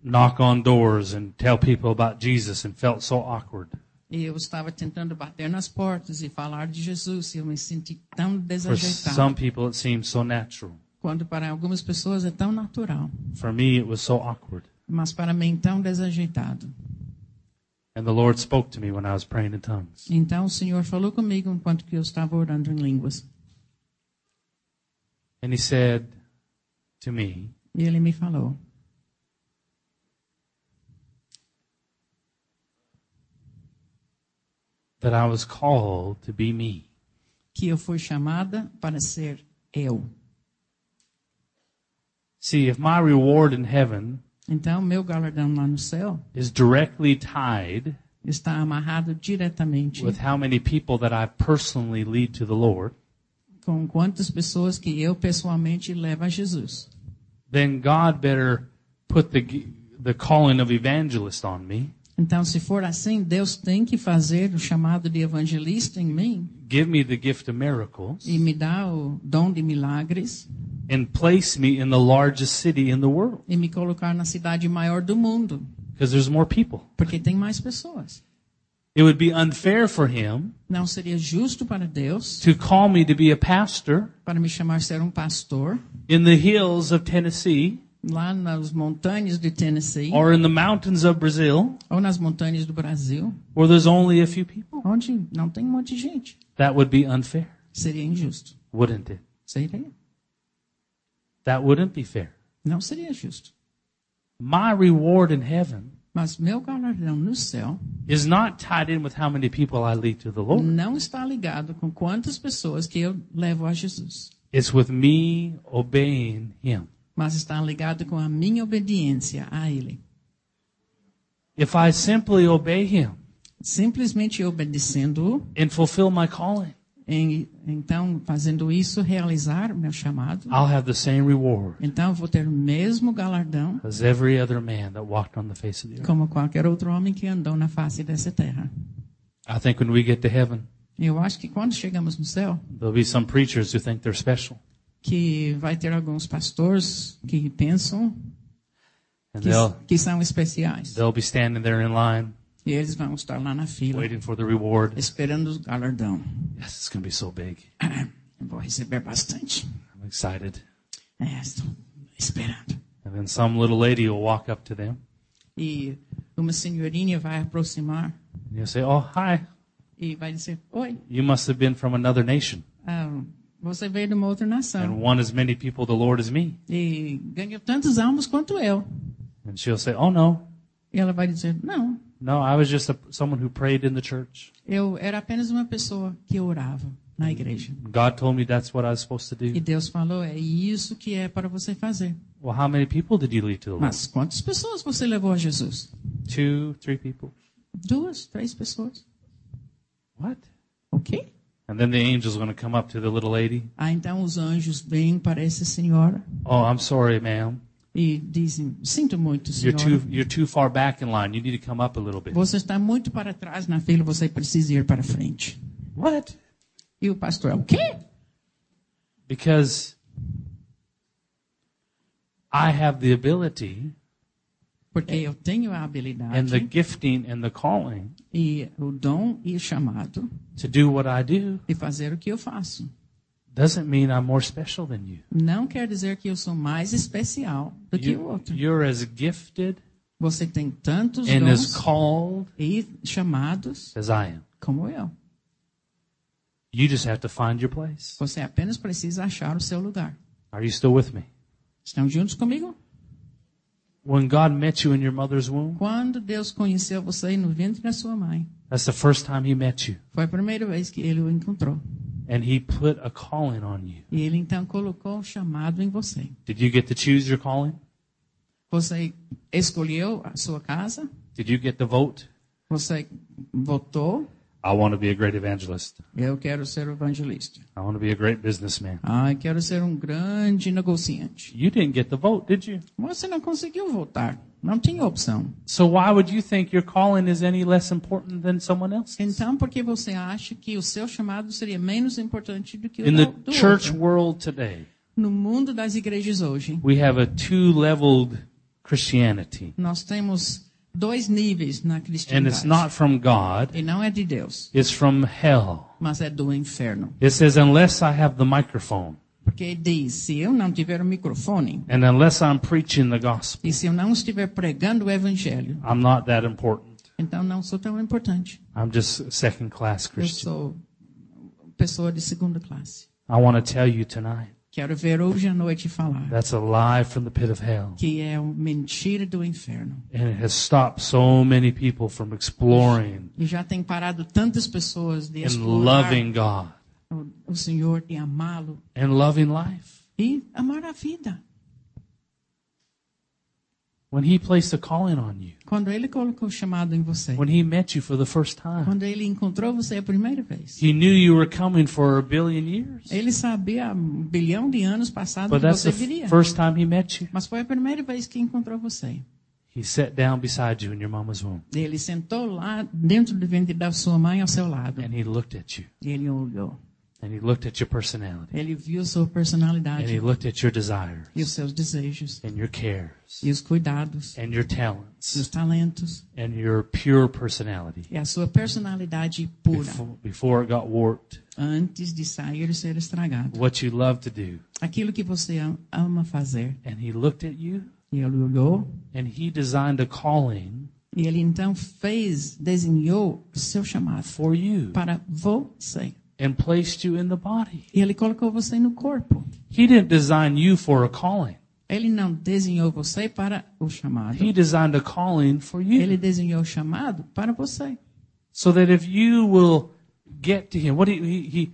S1: knock on doors and tell people about Jesus and felt so awkward.
S2: E eu estava tentando bater nas portas e falar de Jesus, e eu me senti tão
S1: For
S2: desajeitado.
S1: some people, it seemed so natural.
S2: Quando para algumas pessoas é tão natural,
S1: For me, it was so awkward.
S2: mas para mim tão desajeitado.
S1: And the Lord spoke to me when I was praying in tongues.
S2: Então o Senhor falou comigo enquanto que eu estava orando em línguas.
S1: And He said to me,
S2: E ele me falou:
S1: that I was called to be me.
S2: que eu fui chamada para ser eu.
S1: See, if my reward in heaven
S2: Então meu galardão lá no céu
S1: is directly tied
S2: está amarrado diretamente
S1: with how many people that I personally lead to the Lord,
S2: com quantas pessoas que eu pessoalmente levo a Jesus.
S1: then God better put the the calling of evangelist on me.
S2: Então, se for assim, Deus tem que fazer o chamado de evangelista em mim
S1: Give me the gift of miracles
S2: e me dar o dom de milagres
S1: and place me in the largest city in the world
S2: e me colocar na cidade maior do mundo,
S1: because there's more people.
S2: porque tem mais pessoas.
S1: It would be unfair for him
S2: Não seria justo para Deus
S1: to call me to be a pastor
S2: para me chamar ser um pastor
S1: in the hills of Tennessee
S2: lá nas montanhas de Tennessee
S1: or in the mountains of Brazil
S2: ou nas montanhas do Brasil,
S1: where there's only a few people.
S2: onde não tem um monte de gente.
S1: That would be unfair,
S2: Seria injusto.
S1: wouldn't it?
S2: Seria?
S1: That wouldn't be fair.
S2: Não seria justo.
S1: My reward in heaven
S2: Mas meu galardão no céu
S1: is not tied in with how many people I lead to the Lord.
S2: não está ligado com quantas pessoas que eu levo a Jesus.
S1: It's with me obeying him.
S2: mas está ligado com a minha obediência a Ele.
S1: If I simply obey him
S2: Simplesmente obedecendo-o,
S1: and fulfill my calling,
S2: em- então fazendo isso, realizar o meu chamado,
S1: I'll have the same reward
S2: então eu vou ter o mesmo galardão
S1: as every other man that walked on the face of the earth.
S2: como qualquer outro homem que andou na face dessa terra.
S1: I think when we get to heaven,
S2: Eu acho que quando chegamos no céu,
S1: there'll be some preachers who think they're special.
S2: que vai ter alguns pastores que pensam,
S1: And
S2: que,
S1: they'll,
S2: que são especiais.
S1: they'll be standing there in line,
S2: E eles vão estar lá na fila,
S1: waiting for the reward.
S2: esperando o galardão.
S1: Yes, it's going to be so big.
S2: Eu vou receber bastante.
S1: I'm excited.
S2: É, estou esperando.
S1: And then some little lady will walk up to them
S2: E uma senhorinha vai aproximar
S1: and you'll say, Oh, hi.
S2: e vai dizer: Oi,
S1: You must have been from another nation
S2: ah, você veio de uma outra
S1: and
S2: nação
S1: won as many people the Lord as me.
S2: e ganhou tantas almas quanto eu.
S1: And she'll say, Oh, no.
S2: E ela vai dizer: Não,
S1: No, I was just a, someone who prayed in the church.
S2: eu era apenas uma pessoa que orava na igreja.
S1: God told me that's what I was supposed to
S2: E
S1: do.
S2: Deus falou: É isso que é para você fazer.
S1: Well, how many people did you lead to the Lord?
S2: Mas quantas pessoas você levou a Jesus?
S1: Two, three people.
S2: Duas, três pessoas.
S1: What?
S2: Ok?
S1: And then the angel's going to come up to the little lady.
S2: Ah, então os anjos vêm para essa senhora
S1: Oh, I'm sorry, ma'am.
S2: e dizem: Sinto muito,
S1: You're too
S2: senhora.
S1: you're too far back in line. You need to come up a little bit.
S2: Você está muito para trás na fila, você precisa ir para frente.
S1: What?
S2: E o pastor: O quê?
S1: Because I have the ability
S2: Porque eu tenho a
S1: and the
S2: habilidade
S1: gifting and the calling
S2: e o dom e o chamado
S1: to do what I do.
S2: de fazer o que eu faço.
S1: Doesn't mean I'm more special than you.
S2: Não quer dizer que eu sou mais especial do que o outro.
S1: you are as gifted
S2: Você tem tantos
S1: and as
S2: dons
S1: called
S2: e chamados
S1: as I am.
S2: como eu.
S1: You just have to find your place.
S2: Você apenas precisa achar o seu lugar.
S1: Are you still with me?
S2: Estão juntos comigo?
S1: When God met you in your mother's womb,
S2: Quando Deus conheceu você no ventre da sua mãe,
S1: that's the first time He met you.
S2: foi a primeira vez que ele o encontrou.
S1: And He put a calling on you.
S2: E ele então colocou o chamado em você.
S1: Did you get to choose your calling?
S2: Você escolheu a sua casa,
S1: Did you get to vote?
S2: você votou,
S1: I want to be a great evangelist.
S2: eu quero ser evangelista.
S1: I want to be a great businessman.
S2: Ah, eu quero ser um grande negociante.
S1: You didn't get the vote, did you?
S2: Você não conseguiu votar, não tinha opção.
S1: So why would you think your calling is any less important than someone else's?
S2: Então, por que você acha que o seu chamado seria menos importante do que o
S1: In
S2: da-
S1: the
S2: do
S1: church
S2: outro?
S1: world today,
S2: No mundo das igrejas hoje,
S1: we have a two-leveled Christianity.
S2: nós temos dois níveis na
S1: And it's
S2: cristandade.
S1: not from God,
S2: E não é de Deus,
S1: it's from hell.
S2: mas é do inferno.
S1: It says, unless I have the microphone,
S2: Porque diz, se eu não tiver o microfone,
S1: and unless I'm preaching the gospel,
S2: e se eu não estiver pregando o evangelho,
S1: I'm not that important.
S2: então não sou tão importante.
S1: I'm just a second-class
S2: Eu
S1: Christian.
S2: sou pessoa de segunda classe.
S1: I want to tell you tonight,
S2: Quero ver hoje à noite falar
S1: that's a lie from the pit of hell.
S2: que é uma mentira do inferno.
S1: And it has stopped so many people from exploring
S2: E já tem parado tantas pessoas de
S1: and
S2: explorar
S1: loving God
S2: o, o Senhor, de amá-lo
S1: and loving life.
S2: e amar a vida.
S1: When He placed a calling on you,
S2: Quando Ele colocou o chamado em você,
S1: when He met you for the first time,
S2: quando Ele encontrou você a primeira vez,
S1: He knew you were coming for a billion years.
S2: Ele sabia há um bilhão de anos passados
S1: But
S2: que
S1: that's
S2: você
S1: the
S2: viria.
S1: f- first time He met you.
S2: Mas foi a primeira vez que encontrou você.
S1: He sat down beside you in your mama's womb
S2: Ele sentou lá dentro do ventre da sua mãe ao seu lado.
S1: and he looked at you
S2: E ele olhou.
S1: and he looked at your personality
S2: Ele viu sua
S1: and he
S2: personalidade
S1: looked at your desires
S2: e os seus desejos
S1: and your cares
S2: e os cuidados
S1: and your
S2: e os
S1: talents
S2: talentos
S1: and your pure personality
S2: e a sua personalidade pura
S1: before, before it got warped,
S2: antes de sair e ser estragado.
S1: what you love to do.
S2: Aquilo que você am- ama fazer.
S1: And he looked at you
S2: E ele olhou
S1: and he designed a calling
S2: e ele então fez, desenhou o seu chamado
S1: for you
S2: para você.
S1: and placed you in the body.
S2: E ele colocou você no corpo.
S1: He didn't design you for a calling.
S2: Ele não desenhou você para o chamado.
S1: He designed a calling for
S2: Ele
S1: you
S2: desenhou o chamado para você.
S1: so that if you will get to him, what he, he,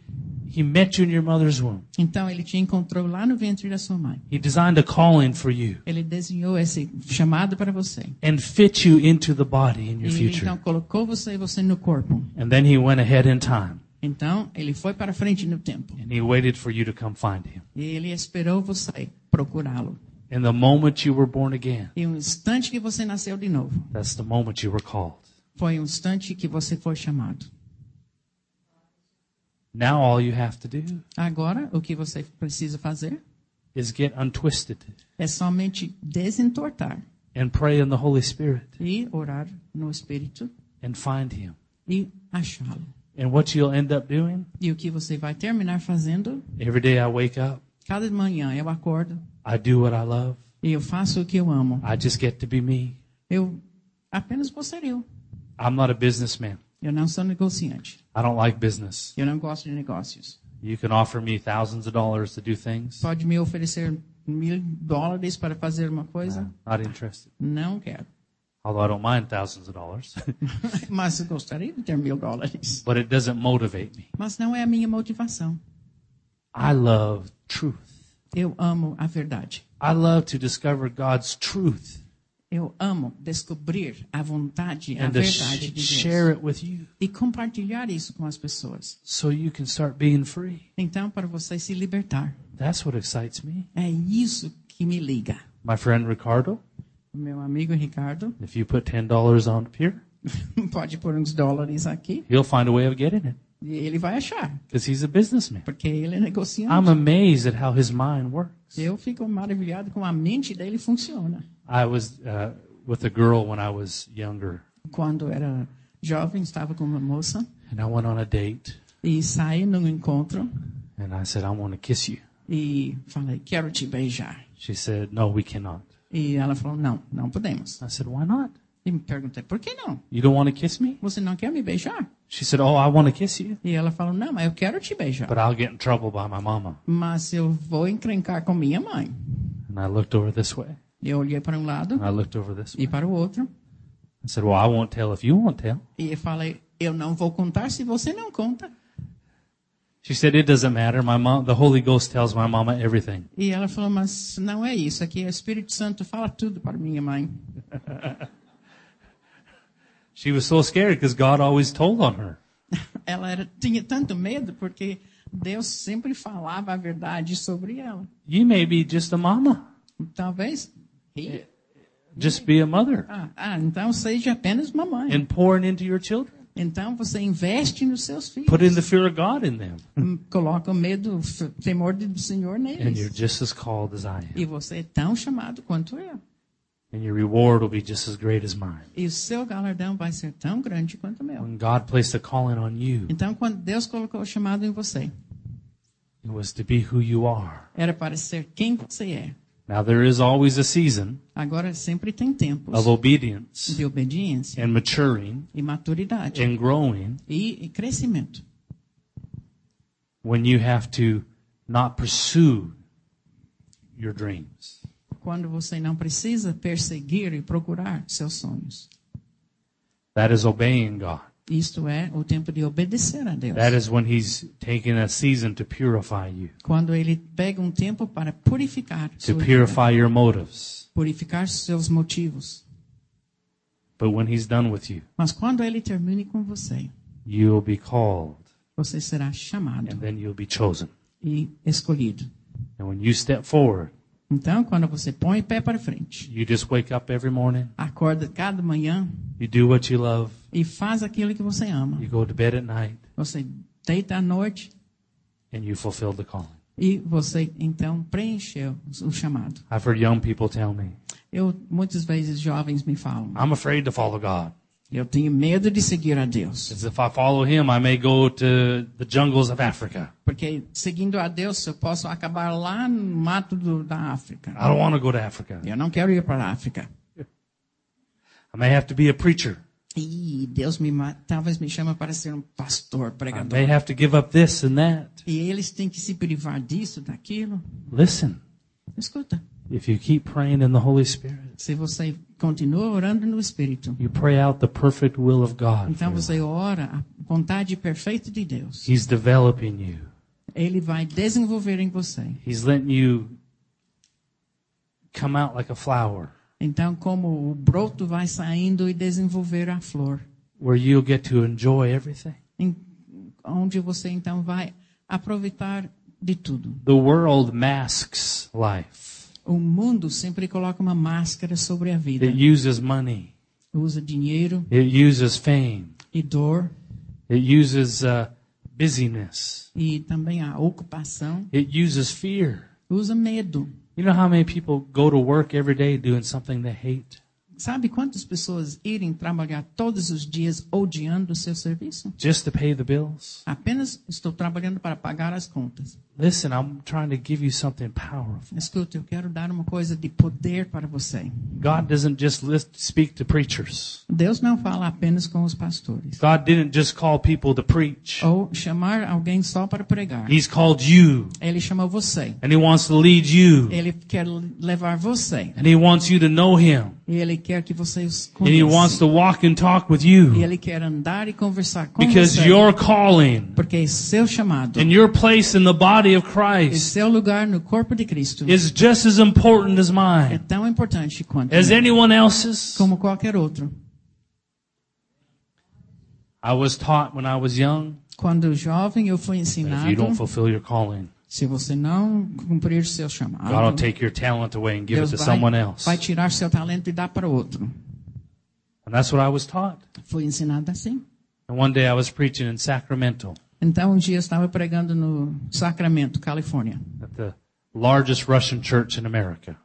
S1: he, he met you in your mother's womb.
S2: Então ele te encontrou lá no ventre da sua mãe.
S1: He designed a calling for you
S2: Ele desenhou esse chamado para você.
S1: and fit you into the body in your
S2: E ele então
S1: future.
S2: colocou você e você no corpo.
S1: And then he went ahead in time
S2: Então ele foi para frente no tempo.
S1: and he waited for you to come find him.
S2: E ele esperou você procurá-lo.
S1: And the moment you were born again,
S2: E um instante que você nasceu de novo,
S1: that's the moment you were called.
S2: foi um instante que você foi chamado.
S1: Now all you have to do
S2: Agora, o que você precisa fazer
S1: is get untwisted
S2: é somente desentortar
S1: and pray in the Holy Spirit
S2: e orar no Espírito
S1: and find Him.
S2: e achá-lo.
S1: And what you'll end up doing
S2: E o que você vai terminar fazendo?
S1: every day I wake up,
S2: Cada manhã eu acordo
S1: I do what I love.
S2: e eu faço o que eu amo.
S1: I just get to be me.
S2: Eu apenas gostaria.
S1: I'm not a businessman.
S2: Eu não sou negociante.
S1: I don't like business.
S2: Eu não gosto de negócios.
S1: You can offer me thousands of dollars to do things.
S2: Pode me oferecer mil dólares para fazer uma coisa?
S1: Not interested.
S2: Não quero.
S1: Although I don't mind thousands of dollars,
S2: Mas eu gostaria de ter mil dólares.
S1: but it doesn't motivate me.
S2: Mas não é a minha motivação.
S1: I love truth.
S2: Eu amo a verdade.
S1: I love to discover God's truth
S2: Eu amo descobrir a vontade, a
S1: and to sh-
S2: verdade de
S1: share
S2: Deus.
S1: it with you
S2: E compartilhar isso com as pessoas.
S1: so you can start being free.
S2: Então, para você se libertar.
S1: That's what excites me.
S2: É isso que me liga.
S1: My friend Ricardo,
S2: Meu amigo Ricardo,
S1: if you put $10 on here,
S2: pode pôr uns dólares aqui
S1: he'll find a way of getting it
S2: e ele vai achar,
S1: because he's a businessman.
S2: porque ele é negociante.
S1: I'm amazed at how his mind works.
S2: Eu fico maravilhado com a mente dele funciona.
S1: I was uh, with a girl when I was younger,
S2: Quando era jovem, estava com uma moça
S1: and I went on a date,
S2: e saí num encontro
S1: and I said, I want to kiss you.
S2: e falei, quero te beijar.
S1: She said, No, we cannot.
S2: E ela falou, não, não podemos.
S1: I said, Why not?
S2: E me perguntei, por que não?
S1: You don't want to kiss me?
S2: Você não quer me beijar?
S1: She said, Oh, I want to kiss you,
S2: E ela falou, não, mas eu quero te beijar.
S1: but I'll get in trouble by my mama.
S2: Mas eu vou encrencar com minha mãe.
S1: And I looked over this way,
S2: Eu olhei para um lado
S1: and I looked over this way.
S2: e para o outro
S1: I said, Well, I won't tell if you won't tell.
S2: e eu falei, eu não vou contar se você não conta.
S1: She said, It doesn't matter. My mom, the Holy Ghost tells my mama everything.
S2: E ela falou, mas não é isso, aqui o Espírito Santo fala tudo para minha mãe.
S1: She was so scared because God always told on her.
S2: Ela era, tinha tanto medo porque Deus sempre falava a verdade sobre ela.
S1: You may be just a mama,
S2: Talvez, e,
S1: just be a mother,
S2: ah, ah, então seja apenas mamãe.
S1: and pouring into your children.
S2: Então você investe nos seus filhos.
S1: Put in the fear of God in them.
S2: Hum, Coloca o medo, o f- temor do Senhor
S1: And you're
S2: neles.
S1: just as called as I am.
S2: E você é tão chamado quanto eu.
S1: And your reward will be just as great as mine.
S2: E o seu galardão vai ser tão grande quanto o meu.
S1: When God placed a calling on you,
S2: Então, quando Deus colocou o chamado em você,
S1: it was to be who you are.
S2: era para ser quem você é.
S1: Now there is always a season
S2: Agora sempre tem tempos
S1: of obedience
S2: de obediência
S1: and maturing
S2: e maturidade
S1: and growing
S2: e, e crescimento.
S1: when you have to not pursue your dreams.
S2: Quando você não precisa perseguir e procurar seus sonhos.
S1: That is obeying God.
S2: Isto é o tempo de obedecer a Deus.
S1: That is when He's taking a season to purify you,
S2: Quando ele pega um tempo para purificar,
S1: to
S2: sua
S1: purify your motives.
S2: vida, purificar seus motivos.
S1: But when He's done with you,
S2: Mas quando ele termine com você,
S1: you'll be called
S2: você será chamado
S1: and then you'll be chosen.
S2: e escolhido.
S1: And when you step forward,
S2: Então, quando você põe o pé para frente,
S1: you just wake up every morning,
S2: acorda cada manhã
S1: you do what you love,
S2: e faz aquilo que você ama.
S1: you go to bed at night,
S2: Você deita à noite
S1: and you fulfill the calling.
S2: E você então preencheu o chamado.
S1: I've heard young people tell me,
S2: Eu muitas vezes jovens me falam,
S1: I'm afraid to follow God.
S2: eu tenho medo de seguir a Deus,
S1: Because if I follow him, I may go to the jungles of Africa.
S2: porque seguindo a Deus eu posso acabar lá no mato do, da África.
S1: I don't want to go to Africa.
S2: Eu não quero ir para a África.
S1: I may have to be a preacher.
S2: E Deus me ma- talvez me chama para ser um pastor,
S1: I
S2: pregador.
S1: may have to give up this and that.
S2: E eles têm que se privar disso, daquilo.
S1: Listen,
S2: Escuta,
S1: if you keep praying in the Holy Spirit,
S2: se você continua orando no Espírito,
S1: you pray out the perfect will of God. for
S2: então
S1: your life.
S2: você ora a vontade perfeita de Deus.
S1: He's developing you.
S2: Ele vai desenvolver em você.
S1: He's letting you come out like a flower
S2: Então, como o broto vai saindo e desenvolver a flor,
S1: where you'll get to enjoy everything.
S2: em- onde você então vai aproveitar de tudo.
S1: The world masks life.
S2: O mundo sempre coloca uma máscara sobre a vida,
S1: It uses money.
S2: usa dinheiro
S1: It uses fame.
S2: e dor
S1: It uses uh, busyness.
S2: e também a ocupação,
S1: It uses fear.
S2: usa medo.
S1: You know how many people go to work every day doing something they hate?
S2: Sabe quantas pessoas irem trabalhar todos os dias odiando o seu serviço?
S1: just to pay the bills?
S2: Apenas estou trabalhando para pagar as contas.
S1: Listen, I'm trying to give you something powerful.
S2: Escuta, eu quero dar uma coisa de poder para você.
S1: God doesn't just list, speak to preachers.
S2: Deus não fala apenas com os pastores.
S1: God didn't just call people to preach.
S2: Ou chamar alguém só para pregar.
S1: He's called you,
S2: Ele chama você.
S1: and He wants to lead you,
S2: Ele quer levar você.
S1: and He wants you to know Him,
S2: E Ele quer que você os
S1: and He wants
S2: conheça.
S1: to walk and talk with
S2: E
S1: you
S2: Ele quer andar e conversar com
S1: because
S2: você.
S1: your calling
S2: Porque é seu chamado,
S1: and your place in the body of
S2: e
S1: Christ
S2: seu lugar no corpo de Cristo
S1: is just as important as
S2: é
S1: mine,
S2: tão importante quanto
S1: as anyone else's.
S2: como qualquer outro.
S1: I was taught when I was young
S2: Quando jovem, eu fui
S1: that if you
S2: ensinado,
S1: don't fulfill your calling,
S2: se você não cumprir seu
S1: God will
S2: chamado,
S1: take your talent away and give it
S2: Deus
S1: to
S2: vai,
S1: someone else.
S2: vai tirar seu talento e dar para outro.
S1: And that's what I was taught.
S2: Fui ensinado assim.
S1: And one day I was preaching in Sacramento
S2: Então, um dia eu estava pregando no Sacramento, Califórnia,
S1: at the largest Russian church in America.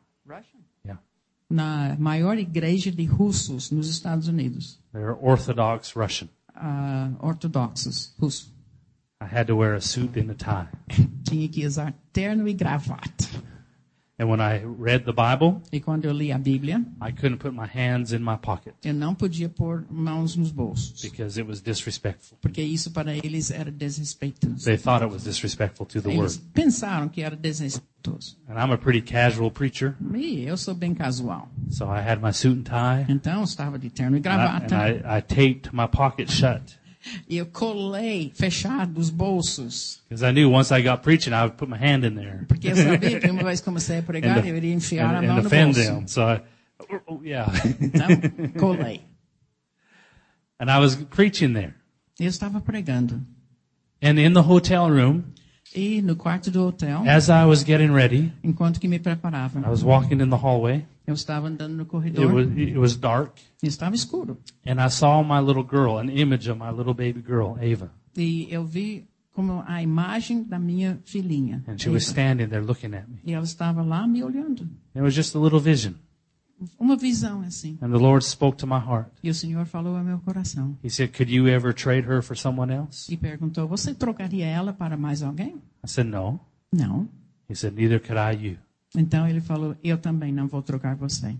S1: Yeah.
S2: na maior igreja de russos nos Estados Unidos,
S1: They're Orthodox Russian.
S2: ah, ortodoxos russos.
S1: I had to wear a suit and a tie.
S2: Tinha que usar terno e gravata.
S1: And when I read the Bible,
S2: E quando eu li a Bíblia,
S1: I couldn't put my hands in my pocket
S2: eu não podia pôr mãos nos bolsos,
S1: because it was disrespectful.
S2: porque isso para eles era desrespeitoso.
S1: They thought it was disrespectful to the word.
S2: Eles pensaram que era desrespeitoso.
S1: And I'm a pretty casual preacher,
S2: E eu sou bem casual.
S1: so I had my suit and tie.
S2: Então eu estava de terno e
S1: And I, and
S2: gravata.
S1: I, I taped my pocket shut
S2: E eu colei fechado os bolsos.
S1: because I knew once I got preaching, I would put my hand in there
S2: Porque eu sabia que uma vez comecei a
S1: and,
S2: pregar, eu iria
S1: and,
S2: enfiar a
S1: and
S2: mão no
S1: offend
S2: bolso.
S1: them. So I, oh, oh, yeah.
S2: Então, colei.
S1: and I was preaching there.
S2: Eu estava pregando.
S1: And in the hotel room,
S2: E no quarto do hotel,
S1: as I was getting ready,
S2: enquanto que me preparava,
S1: I was walking in the hallway.
S2: eu estava andando no
S1: It
S2: corredor
S1: was, it was dark.
S2: e estava escuro.
S1: And I saw my little girl, an image of my little baby girl, Ava.
S2: E eu vi como a imagem da minha filhinha.
S1: And she was standing there looking at me.
S2: E ela estava lá me olhando.
S1: It was just a little vision.
S2: Uma visão assim.
S1: And the Lord spoke to my heart.
S2: E o Senhor falou ao meu coração.
S1: He said, Could you ever trade her for someone else?
S2: e perguntou: Você trocaria ela para mais alguém?
S1: I said, No.
S2: Não.
S1: He said, Neither could I you.
S2: Então ele falou: Eu também não vou trocar você.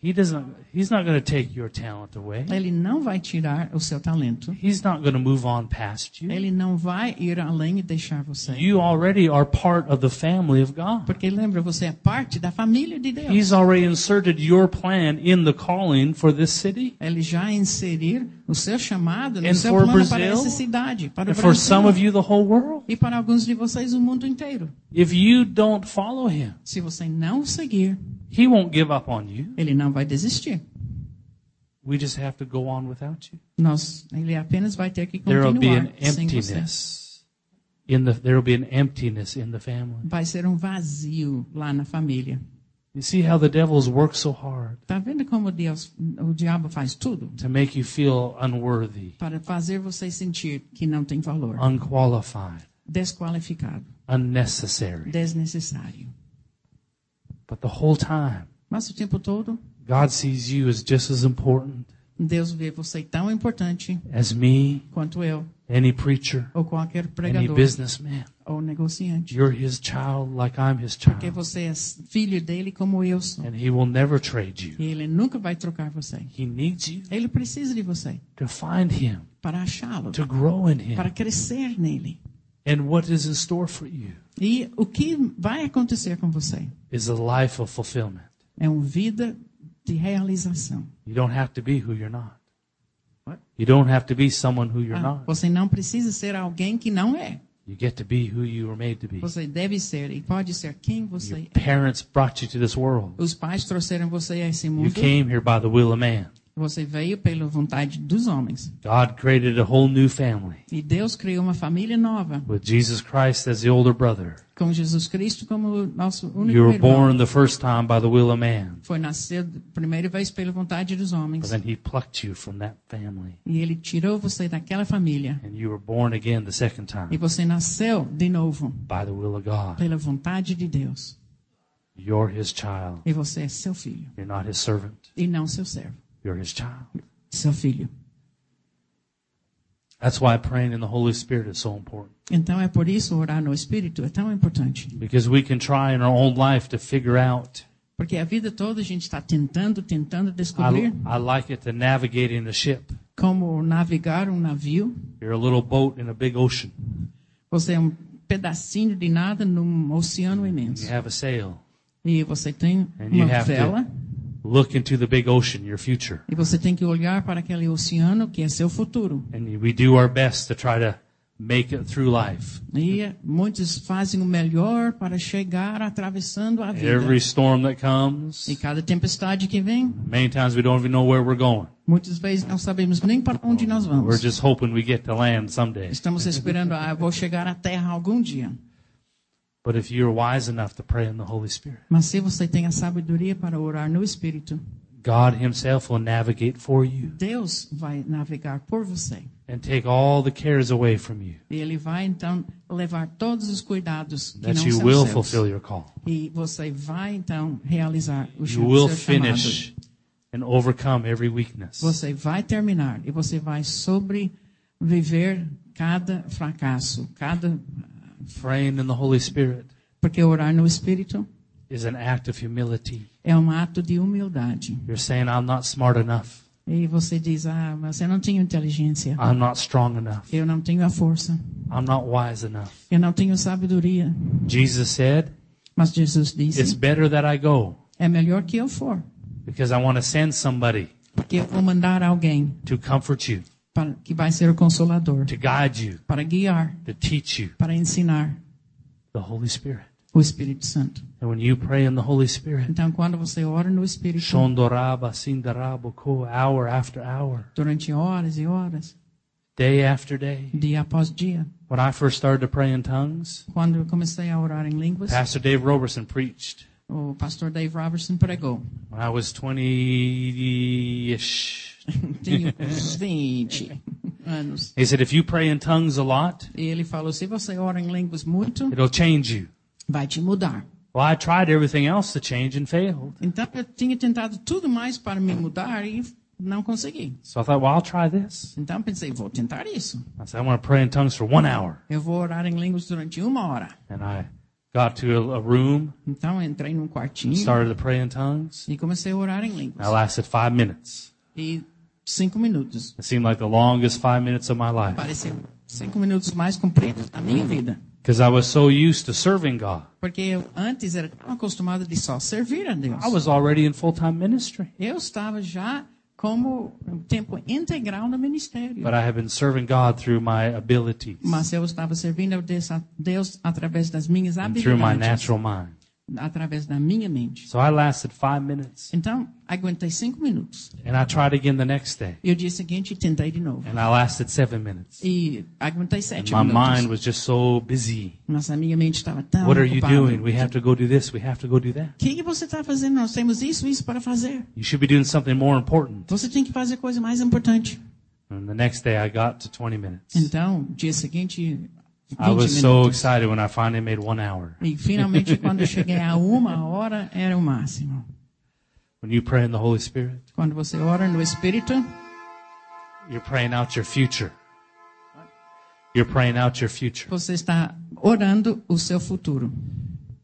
S1: He doesn't he's not going to take your talent away.
S2: Ele não vai tirar o seu talento.
S1: He's not going to move on past you.
S2: Ele não vai ir além e deixar você.
S1: You already are part of the family of God.
S2: Porque lembra, você é parte da família de Deus.
S1: He's already inserted your plan in the calling for this city.
S2: Ele já inserir o seu chamado
S1: And
S2: no seu
S1: for
S2: plano para
S1: Brazil?
S2: essa cidade, para o
S1: And for some of
S2: Brasil.
S1: you the whole world.
S2: E para alguns de vocês, o mundo inteiro.
S1: If you don't follow him,
S2: Se você não seguir,
S1: he won't give up on you.
S2: ele não vai desistir.
S1: We just have to go on without you.
S2: Nós, ele apenas vai ter que
S1: There will be
S2: continuar
S1: an
S2: sem você.
S1: emptiness in the there will be an emptiness in the family.
S2: Vai ser um vazio lá na família.
S1: You see how the devil's worked so hard
S2: Tá vendo como Deus, o diabo faz tudo
S1: to make you feel unworthy,
S2: para fazer você sentir que não tem valor,
S1: unqualified,
S2: desqualificado,
S1: unnecessary.
S2: desnecessário.
S1: But the whole time,
S2: Mas o tempo todo,
S1: God sees you as just as important
S2: Deus vê você tão importante
S1: as me,
S2: quanto eu,
S1: any preacher,
S2: ou qualquer
S1: any
S2: pregador,
S1: businessman.
S2: ou negociante.
S1: You're his child like I'm his
S2: Porque
S1: child.
S2: você é filho dele como eu sou.
S1: And he will never trade
S2: E
S1: you.
S2: ele nunca vai trocar você.
S1: He needs you
S2: Ele precisa de você
S1: to find him,
S2: para achá-lo,
S1: to grow in
S2: para
S1: him,
S2: crescer nele.
S1: and what is in store for you.
S2: E o que vai acontecer com você
S1: is a life of fulfillment.
S2: é uma vida de realização.
S1: You don't have to be who you're not. You don't have to be someone who you're
S2: Ah,
S1: not.
S2: Você não precisa ser alguém que não é.
S1: You get to be who you were made to be.
S2: Você deve ser e pode ser quem
S1: Your
S2: você é.
S1: parents brought you to this world.
S2: Os pais trouxeram você a esse
S1: You
S2: mundo.
S1: came here by the will of man.
S2: Você veio pela vontade dos homens.
S1: God created a whole new family
S2: E Deus criou uma família nova,
S1: with Jesus Christ as the older brother.
S2: com Jesus Cristo como o nosso único
S1: You were
S2: irmão.
S1: born the first time by the will of man,
S2: Foi nascido primeira vez pela vontade dos
S1: but
S2: homens.
S1: then he plucked you from that family
S2: E ele tirou você daquela família.
S1: and you were born again the second
S2: E
S1: time
S2: você nasceu de novo
S1: by the will of God.
S2: pela vontade de Deus.
S1: You're his child.
S2: E você é seu filho,
S1: You're not his servant.
S2: e não seu servo.
S1: You're his child.
S2: Seu filho.
S1: That's why praying in the Holy Spirit is so important.
S2: Então é por isso orar no Espírito é tão importante.
S1: Because we can try in our own life to figure out.
S2: Porque a vida toda a gente está tentando, tentando
S1: I,
S2: descobrir
S1: I like it to navigating a ship.
S2: como navegar um navio.
S1: You're a little boat in a big ocean.
S2: Você é um pedacinho de nada num oceano
S1: And you
S2: imenso.
S1: have a sail.
S2: E você tem
S1: And you
S2: uma
S1: have
S2: vela
S1: to look into the big ocean, your future.
S2: e você tem que olhar para aquele oceano que é seu futuro.
S1: And we do our best to try to make it through life.
S2: E muitos fazem o melhor para chegar atravessando a vida.
S1: Every storm that
S2: E
S1: comes,
S2: cada tempestade que vem,
S1: many times we don't even know where we're going.
S2: muitas vezes não sabemos nem para onde nós
S1: We're
S2: vamos.
S1: just hoping we get to land someday.
S2: Estamos esperando, ah, eu vou chegar à terra algum dia.
S1: But if you're wise enough to pray in the Holy Spirit,
S2: Mas se você tem a sabedoria para orar no Espírito,
S1: God Himself will navigate for you
S2: Deus vai navegar por você.
S1: and take all the cares away from you
S2: E Ele vai então levar todos os cuidados que
S1: that
S2: não
S1: you
S2: são
S1: will
S2: seus.
S1: fulfill your call.
S2: E você vai então realizar o
S1: You
S2: seu,
S1: will
S2: seu chamado.
S1: finish and overcome every weakness.
S2: Você vai terminar e você vai sobreviver cada fracasso, cada
S1: Praying in the Holy Spirit
S2: porque orar no Espírito
S1: is an act of humility.
S2: é um ato de humildade.
S1: You're saying, I'm not smart enough.
S2: E você diz: Ah, mas eu não tenho inteligência,
S1: I'm not strong enough.
S2: eu não tenho a força,
S1: I'm not wise enough.
S2: eu não tenho sabedoria.
S1: Jesus said,
S2: Mas Jesus disse:
S1: It's better that I go
S2: É melhor que eu for,
S1: because I want to send somebody
S2: porque eu vou mandar alguém
S1: to comfort you,
S2: para, que vai ser o consolador,
S1: to guide you,
S2: para guiar,
S1: to teach you
S2: para ensinar
S1: the Holy Spirit.
S2: o Espírito Santo.
S1: And when you pray in the Holy Spirit,
S2: Então, quando você ora no Espírito
S1: Shondoraba, Sindaraba, Ko, hour after hour,
S2: durante horas e horas,
S1: day after day.
S2: dia após dia,
S1: When I first started to pray in tongues,
S2: quando eu comecei a orar em línguas,
S1: Pastor Dave Roberson preached.
S2: o pastor Dave Robertson pregou.
S1: When I was 20 ish,
S2: Tenho uns 20 anos.
S1: he said, if you pray in tongues a lot,
S2: E ele falou: se você ora em línguas muito,
S1: it'll change you.
S2: vai te mudar.
S1: Well, I tried everything else to change and failed.
S2: Então, eu tinha tentado tudo mais para me mudar e não consegui.
S1: So I thought, well, I'll try this.
S2: Então, eu pensei: vou tentar isso.
S1: I said, I want to pray in tongues for one hour.
S2: Eu vou orar em línguas durante uma hora.
S1: And I got to a, a room,
S2: Então, eu entrei num quartinho
S1: started to pray in tongues.
S2: e comecei a orar em línguas.
S1: I lasted five minutes.
S2: E cinco minutos.
S1: It seemed like the longest five minutes of my life
S2: Pareceu cinco minutos mais compridos da minha vida.
S1: because I was so used to serving God.
S2: Porque eu antes era tão acostumado de só servir a Deus.
S1: I was already in full time ministry,
S2: Eu estava já como um tempo integral no ministério.
S1: but I had been serving God through my abilities
S2: Mas eu estava servindo a Deus, a Deus através das minhas
S1: and through my
S2: habilidades,
S1: natural mind.
S2: através da minha mente.
S1: So I lasted five minutes
S2: Então, aguentei cinco minutos.
S1: and I tried again the next day
S2: E o dia seguinte, tentei de novo.
S1: and I lasted seven minutes.
S2: E aguentei
S1: And
S2: sete
S1: my mind
S2: minutos.
S1: was just so busy.
S2: Mas a minha mente estava tão
S1: What are you
S2: ocupada.
S1: doing? We have to go do this. We have to go do that.
S2: O que, que você está fazendo? Nós temos isso e isso para fazer.
S1: You should be doing something more important.
S2: Você tem que fazer coisa mais importante.
S1: And the next day I got to 20 minutes.
S2: Então, dia seguinte, 20
S1: I was
S2: minutos.
S1: so excited when I finally made one hour.
S2: E finalmente, quando eu cheguei a uma hora, era o máximo.
S1: When you pray in the Holy Spirit,
S2: Quando você ora no Espírito,
S1: you're praying out your future. You're praying out your future.
S2: você está orando o seu futuro.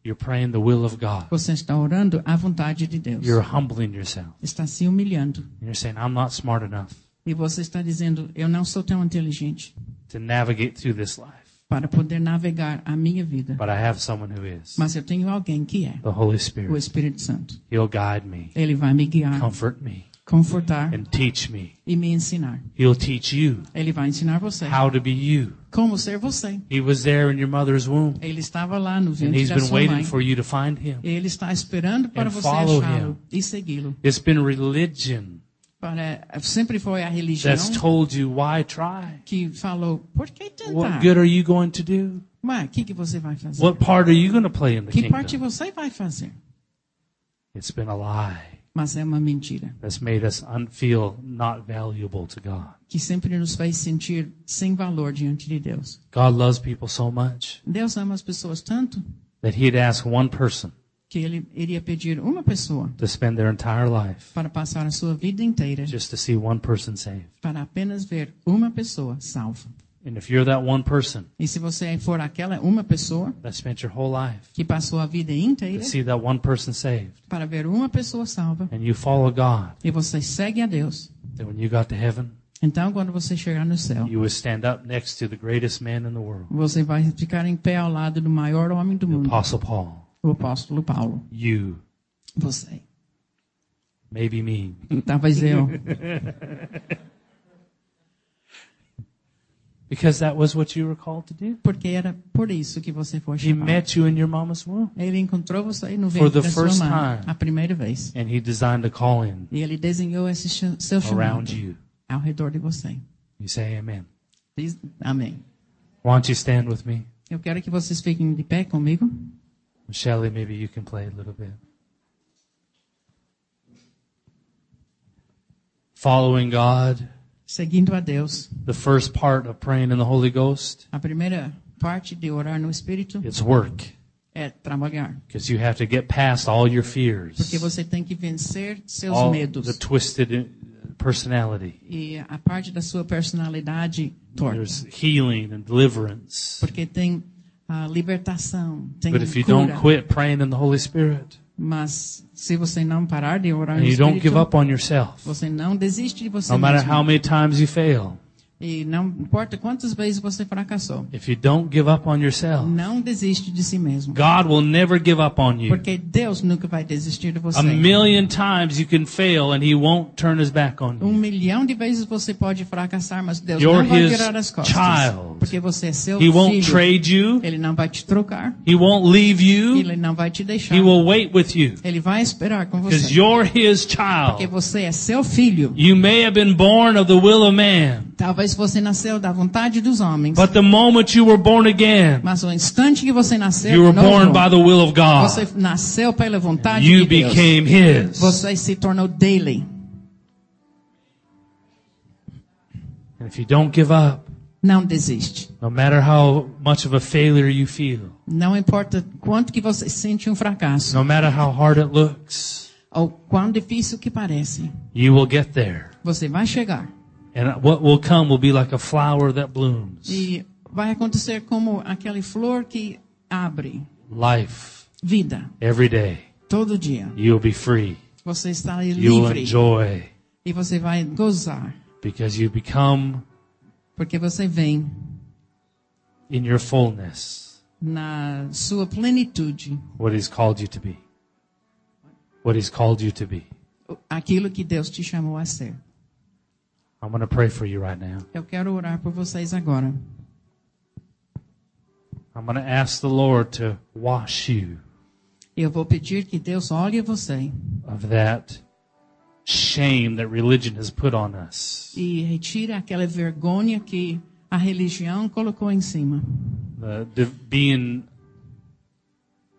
S1: You're praying the will of God.
S2: Você está orando a vontade de Deus.
S1: You're humbling yourself.
S2: Está se humilhando.
S1: And you're saying, I'm not smart enough
S2: E você está dizendo: Eu não sou tão inteligente
S1: to navigate through this life,
S2: para poder navegar a minha vida.
S1: but I have someone who is
S2: Mas eu tenho alguém que é
S1: the Holy
S2: o
S1: Spirit.
S2: Espírito Santo.
S1: He'll guide me,
S2: Ele vai me guiar,
S1: comfort me,
S2: confortar
S1: and teach me.
S2: e me ensinar.
S1: He'll teach you
S2: Ele vai ensinar você
S1: how to be you.
S2: como ser você.
S1: He was there in your mother's womb,
S2: Ele estava lá no
S1: and
S2: ventre
S1: He's
S2: da
S1: been
S2: sua mãe.
S1: waiting for you to find Him.
S2: Ele está esperando para
S1: And
S2: você
S1: follow
S2: achá-lo e segui-lo.
S1: It's been religion
S2: Para, sempre foi a religião
S1: that's told you why try.
S2: que falou, por que
S1: What
S2: tentar?
S1: good are you going to do?
S2: Mas o que, que você vai fazer?
S1: What part are you going to play in the
S2: que parte
S1: kingdom?
S2: você vai fazer?
S1: It's been a lie
S2: Mas é uma mentira
S1: that's made us un- feel not valuable to God.
S2: que sempre nos faz sentir sem valor diante de Deus.
S1: God loves people so much
S2: Deus ama as pessoas tanto
S1: that He'd ask one person,
S2: que ele iria pedir uma pessoa
S1: to spend their entire life
S2: para passar a sua vida inteira
S1: just to see one person saved.
S2: para apenas ver uma pessoa salva.
S1: And if you're that one person
S2: E se você for aquela uma pessoa
S1: that spent your whole life
S2: que passou a vida
S1: to
S2: inteira
S1: see that one person saved,
S2: para ver uma pessoa salva
S1: and you follow God,
S2: e você segue a Deus,
S1: then when you got to heaven,
S2: então quando você chegar no céu,
S1: you would stand up next to the greatest man in the world,
S2: você vai ficar em pé ao lado do maior homem do
S1: the
S2: mundo,
S1: Apostle Paul.
S2: o apóstolo Paulo.
S1: You,
S2: Você.
S1: maybe me.
S2: Talvez eu.
S1: Because that was what you were called to do.
S2: Porque era por isso que você foi
S1: He
S2: chamado.
S1: met you in your mama's womb.
S2: Ele encontrou você aí no
S1: For
S2: ventre
S1: the
S2: da sua
S1: first
S2: mãe,
S1: time.
S2: a primeira vez.
S1: And he designed a calling
S2: E ele desenhou esse cha- seu chamado
S1: around you.
S2: ao redor de você.
S1: You say amen.
S2: Diz, amém.
S1: Why don't you stand with me?
S2: Eu quero que vocês fiquem de pé comigo.
S1: Shelley, maybe you can play a little bit. Following God,
S2: Seguindo a Deus,
S1: the first part of praying in the Holy Ghost,
S2: a primeira parte de orar no Espírito
S1: it's work.
S2: é trabalhar.
S1: Because you have to get past all your
S2: Porque
S1: fears,
S2: você tem que vencer seus
S1: all
S2: medos.
S1: the twisted uh, personality.
S2: E a parte da sua personalidade torta.
S1: There's healing and deliverance.
S2: Porque tem a libertação, tem
S1: But if you don't
S2: cura.
S1: quit praying in the Holy Spirit,
S2: Mas se você não parar de orar
S1: and
S2: no
S1: you don't give
S2: Espírito,
S1: up on yourself,
S2: você não desiste de você
S1: no matter how
S2: mesmo.
S1: many times you fail,
S2: E não importa quantas vezes você fracassou.
S1: if you don't give up on yourself,
S2: Não desiste de si mesmo.
S1: God will never give up on you.
S2: Porque Deus nunca vai desistir de você.
S1: A million times you can fail and he won't turn his back on
S2: Um
S1: you.
S2: milhão de vezes você pode fracassar, mas Deus
S1: You're
S2: não vai
S1: his
S2: virar as costas.
S1: child.
S2: Porque você é seu
S1: He won't
S2: filho.
S1: trade you.
S2: Ele não vai te trocar.
S1: He won't leave you.
S2: Ele não vai te deixar.
S1: He will wait with you
S2: Ele vai esperar com
S1: because
S2: você.
S1: you're his
S2: Porque
S1: child.
S2: você é seu filho.
S1: You may have been born of the will of man,
S2: Talvez você nasceu da vontade dos homens.
S1: but the moment you were born again,
S2: Mas no instante que você nasceu,
S1: you were
S2: de novo,
S1: born by the will of
S2: você
S1: God.
S2: nasceu pela vontade
S1: You
S2: de Deus.
S1: became his.
S2: Você se tornou dele.
S1: And if you don't give up,
S2: Não desiste.
S1: no matter how much of a failure you feel,
S2: Não importa quanto que você sente um fracasso
S1: no matter how hard it looks,
S2: ou quão difícil que parece,
S1: you will get there.
S2: você vai chegar
S1: And what will come will be like a flower that blooms.
S2: e vai acontecer como aquela flor que abre
S1: life
S2: vida
S1: every day.
S2: todo dia.
S1: You'll be free.
S2: Você está aí
S1: You'll
S2: livre
S1: enjoy
S2: e você vai gozar
S1: because you become
S2: porque você vem
S1: in your fullness
S2: na sua plenitude
S1: what He's called you to be. What He's called you to be.
S2: aquilo que Deus te chamou a ser.
S1: I'm going to pray for you right now.
S2: Eu quero orar por vocês agora.
S1: I'm going to ask the Lord to wash you
S2: Eu vou pedir que Deus olhe você
S1: of that shame that religion has put on us.
S2: e retire aquela vergonha que a religião colocou em cima
S1: The, the being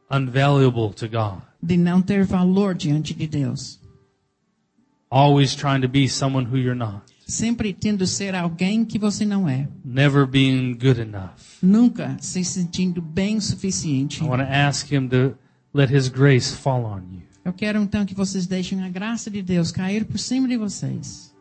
S1: unvaluable to God.
S2: de não ter valor diante de Deus,
S1: Always trying to be someone who you're not.
S2: sempre tendo ser alguém que você não é,
S1: Never being good enough.
S2: nunca se sentindo bem o suficiente.
S1: I want to ask him to let his grace fall on you.
S2: Eu quero então que vocês deixem a graça de Deus cair por cima de vocês.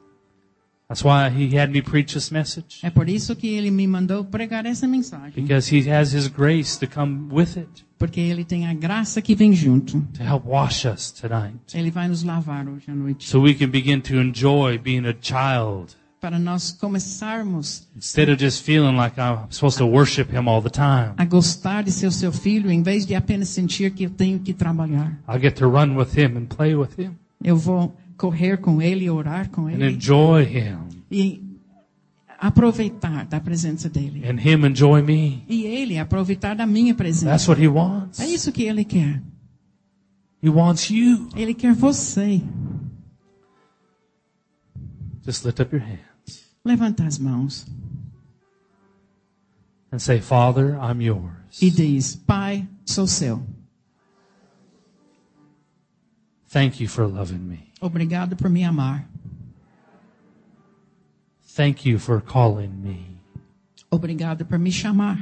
S1: That's why he had me preach this message.
S2: É por isso que ele me mandou pregar essa mensagem,
S1: Because he has his grace to come with it
S2: porque ele tem a graça que vem junto.
S1: to help wash us tonight.
S2: Ele vai nos lavar hoje à noite.
S1: So we can begin to enjoy being a child
S2: para nós começarmos
S1: instead of just feeling like I'm supposed to worship him all the time.
S2: a gostar de ser o seu filho, em vez de apenas sentir que eu tenho que trabalhar.
S1: I get to run with him and play with him
S2: Eu vou correr com ele, orar com
S1: and
S2: ele
S1: enjoy him
S2: e aproveitar da presença dele.
S1: and him enjoy me.
S2: E ele aproveitar da minha presença.
S1: That's what he wants.
S2: É isso que ele quer.
S1: He wants you.
S2: Ele quer você.
S1: Just lift up your hand
S2: Levanta as mãos
S1: and say, Father, I'm
S2: e
S1: yours.
S2: diz: Pai, sou seu.
S1: Thank you for loving me.
S2: Obrigado por me amar.
S1: Thank you for calling me.
S2: Obrigado por me chamar.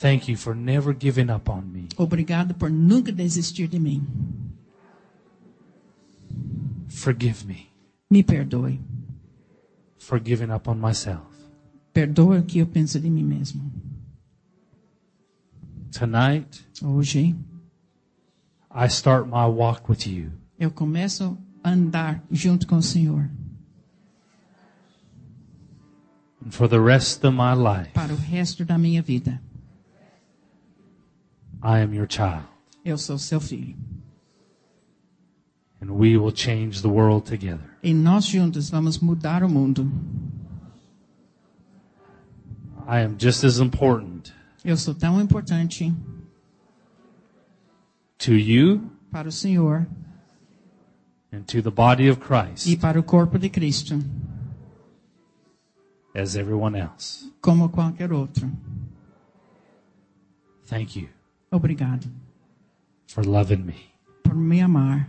S1: Thank you for never giving up on me.
S2: Obrigado por nunca desistir de mim.
S1: Forgive me
S2: Me perdoe.
S1: for giving up on myself.
S2: Perdoa o que eu penso de mim mesmo.
S1: Tonight,
S2: Hoje
S1: I start my walk with you.
S2: eu começo a andar junto com o Senhor
S1: And for the rest of my life,
S2: para o resto da minha vida.
S1: I am your child.
S2: Eu sou seu filho.
S1: And we will change the world together.
S2: E nós juntos vamos mudar o mundo.
S1: I am just as important
S2: Eu sou tão importante
S1: to you
S2: para o Senhor
S1: and to the body of
S2: e
S1: Christ
S2: para o corpo de Cristo,
S1: as everyone else.
S2: como qualquer outro.
S1: Thank you
S2: Obrigado
S1: for loving me.
S2: por me amar.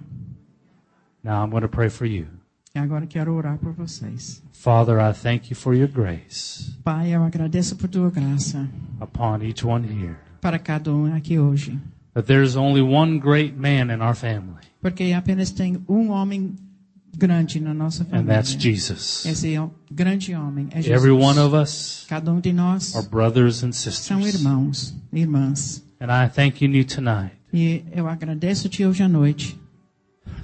S1: Now I'm going to pray for you.
S2: E agora quero orar por vocês.
S1: Father, I thank you for your grace
S2: Pai, eu agradeço por tua graça
S1: upon each one here.
S2: para cada um aqui hoje.
S1: That there's only one great man in our family,
S2: Porque apenas tem um homem grande na nossa
S1: and
S2: família.
S1: that's Jesus.
S2: Esse é o grande homem é Jesus.
S1: Every one of us
S2: Cada um de nós
S1: are brothers and
S2: são
S1: sisters.
S2: irmãos, irmãs.
S1: And I thanking you tonight
S2: E eu agradeço-te hoje à noite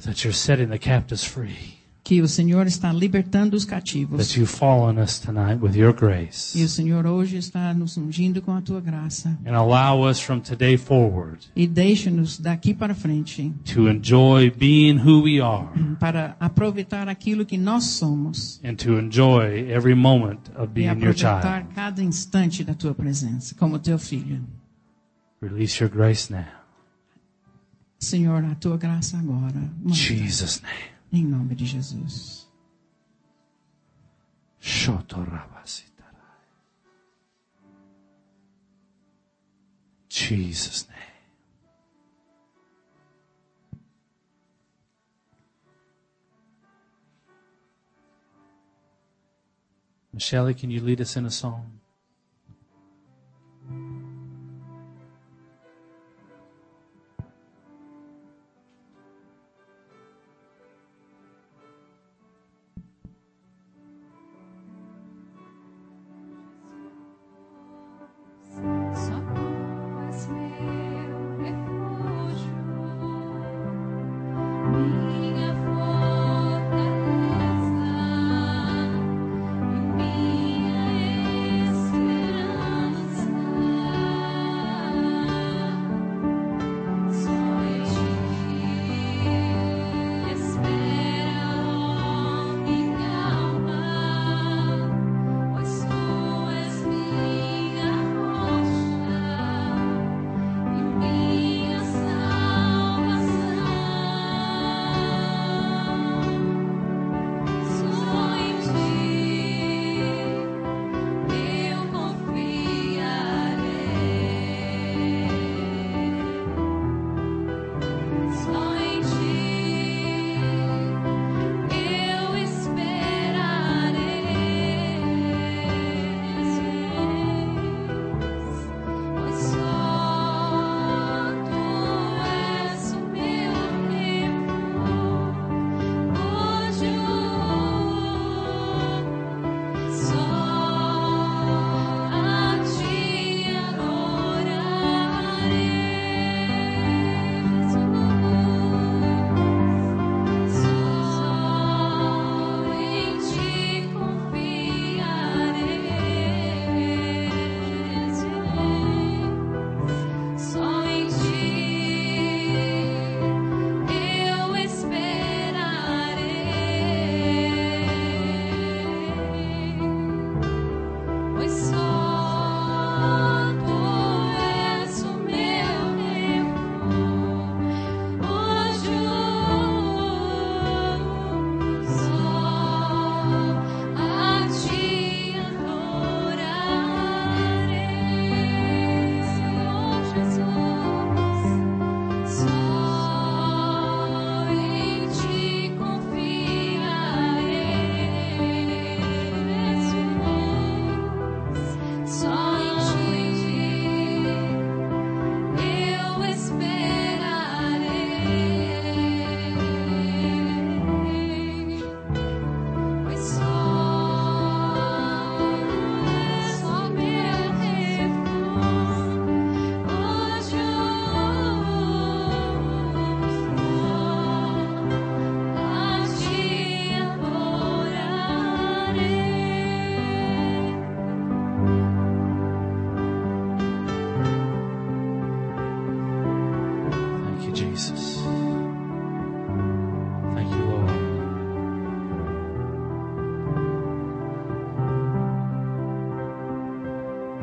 S1: that you're setting the captives free.
S2: que o Senhor está libertando os cativos.
S1: That you've fallen us tonight with your
S2: E o
S1: grace.
S2: Senhor hoje está nos ungindo com a tua graça.
S1: And allow us from today forward
S2: E deixa-nos daqui para frente
S1: to enjoy being who we are
S2: para aproveitar aquilo que nós somos
S1: and to enjoy every moment of
S2: e
S1: being your child.
S2: aproveitar cada instante da tua presença como teu filho.
S1: Release your grace now.
S2: Senhor, a tua graça agora.
S1: In
S2: Manda,
S1: Jesus' name.
S2: Em nome de Jesus.
S1: Shotorabasitarai. Jesus' name. Michelle, can you lead us in a song?
S3: Só tu és meu um refúgio, minha fortaleza e minha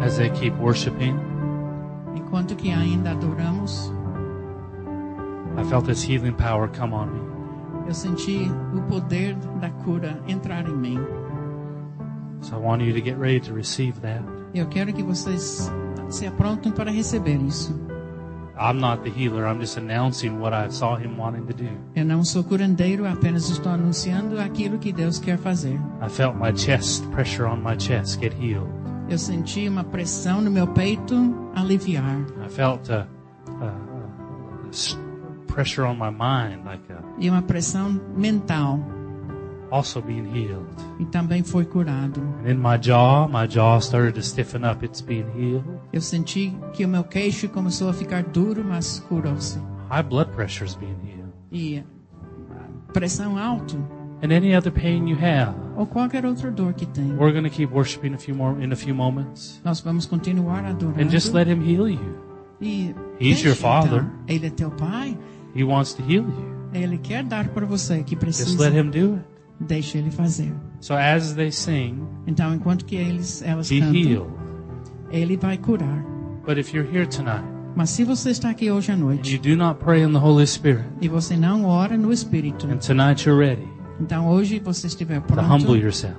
S1: as they keep worshiping.
S2: Enquanto que ainda adoramos,
S1: I felt this healing power come on me.
S2: eu senti o poder da cura entrar em mim.
S1: So I want you to get ready to receive that.
S2: Eu quero que vocês se aprontem para receber isso.
S1: I'm not the healer. I'm just announcing what I saw him wanting to do.
S2: Eu não sou curandeiro, apenas estou anunciando aquilo que Deus quer fazer.
S1: I felt my chest, pressure on my chest, get healed.
S2: Eu senti uma pressão no meu peito aliviar.
S1: I felt uh, uh, s- pressure on my mind, like uh,
S2: e uma pressão mental
S1: also being healed.
S2: e também foi curado.
S1: And in my jaw, my jaw started to stiffen up. It's being healed.
S2: Eu senti que o meu queixo começou a ficar duro, mas curou-se.
S1: High blood pressure is being healed.
S2: E pressão alta
S1: And any other pain you have,
S2: ou qualquer outra dor que tenha.
S1: we're going to keep worshiping a few more in a few moments,
S2: Nós vamos continuar adorando.
S1: and just let Him heal you.
S2: e
S1: He's
S2: deixa,
S1: your father.
S2: então. Ele é teu pai.
S1: He wants to heal you.
S2: Ele quer dar para você que
S1: Just let
S2: precisa.
S1: Him do it.
S2: Deixa ele fazer.
S1: So as they sing,
S2: Então, enquanto que eles elas
S1: be
S2: cantam,
S1: healed.
S2: ele vai curar.
S1: But if you're here tonight
S2: Mas se você está aqui hoje à
S1: and you
S2: noite
S1: do not pray in the Holy Spirit,
S2: e você não ora no Espírito,
S1: and tonight you're ready
S2: Então hoje você estiver
S1: to humble
S2: pronto,
S1: yourself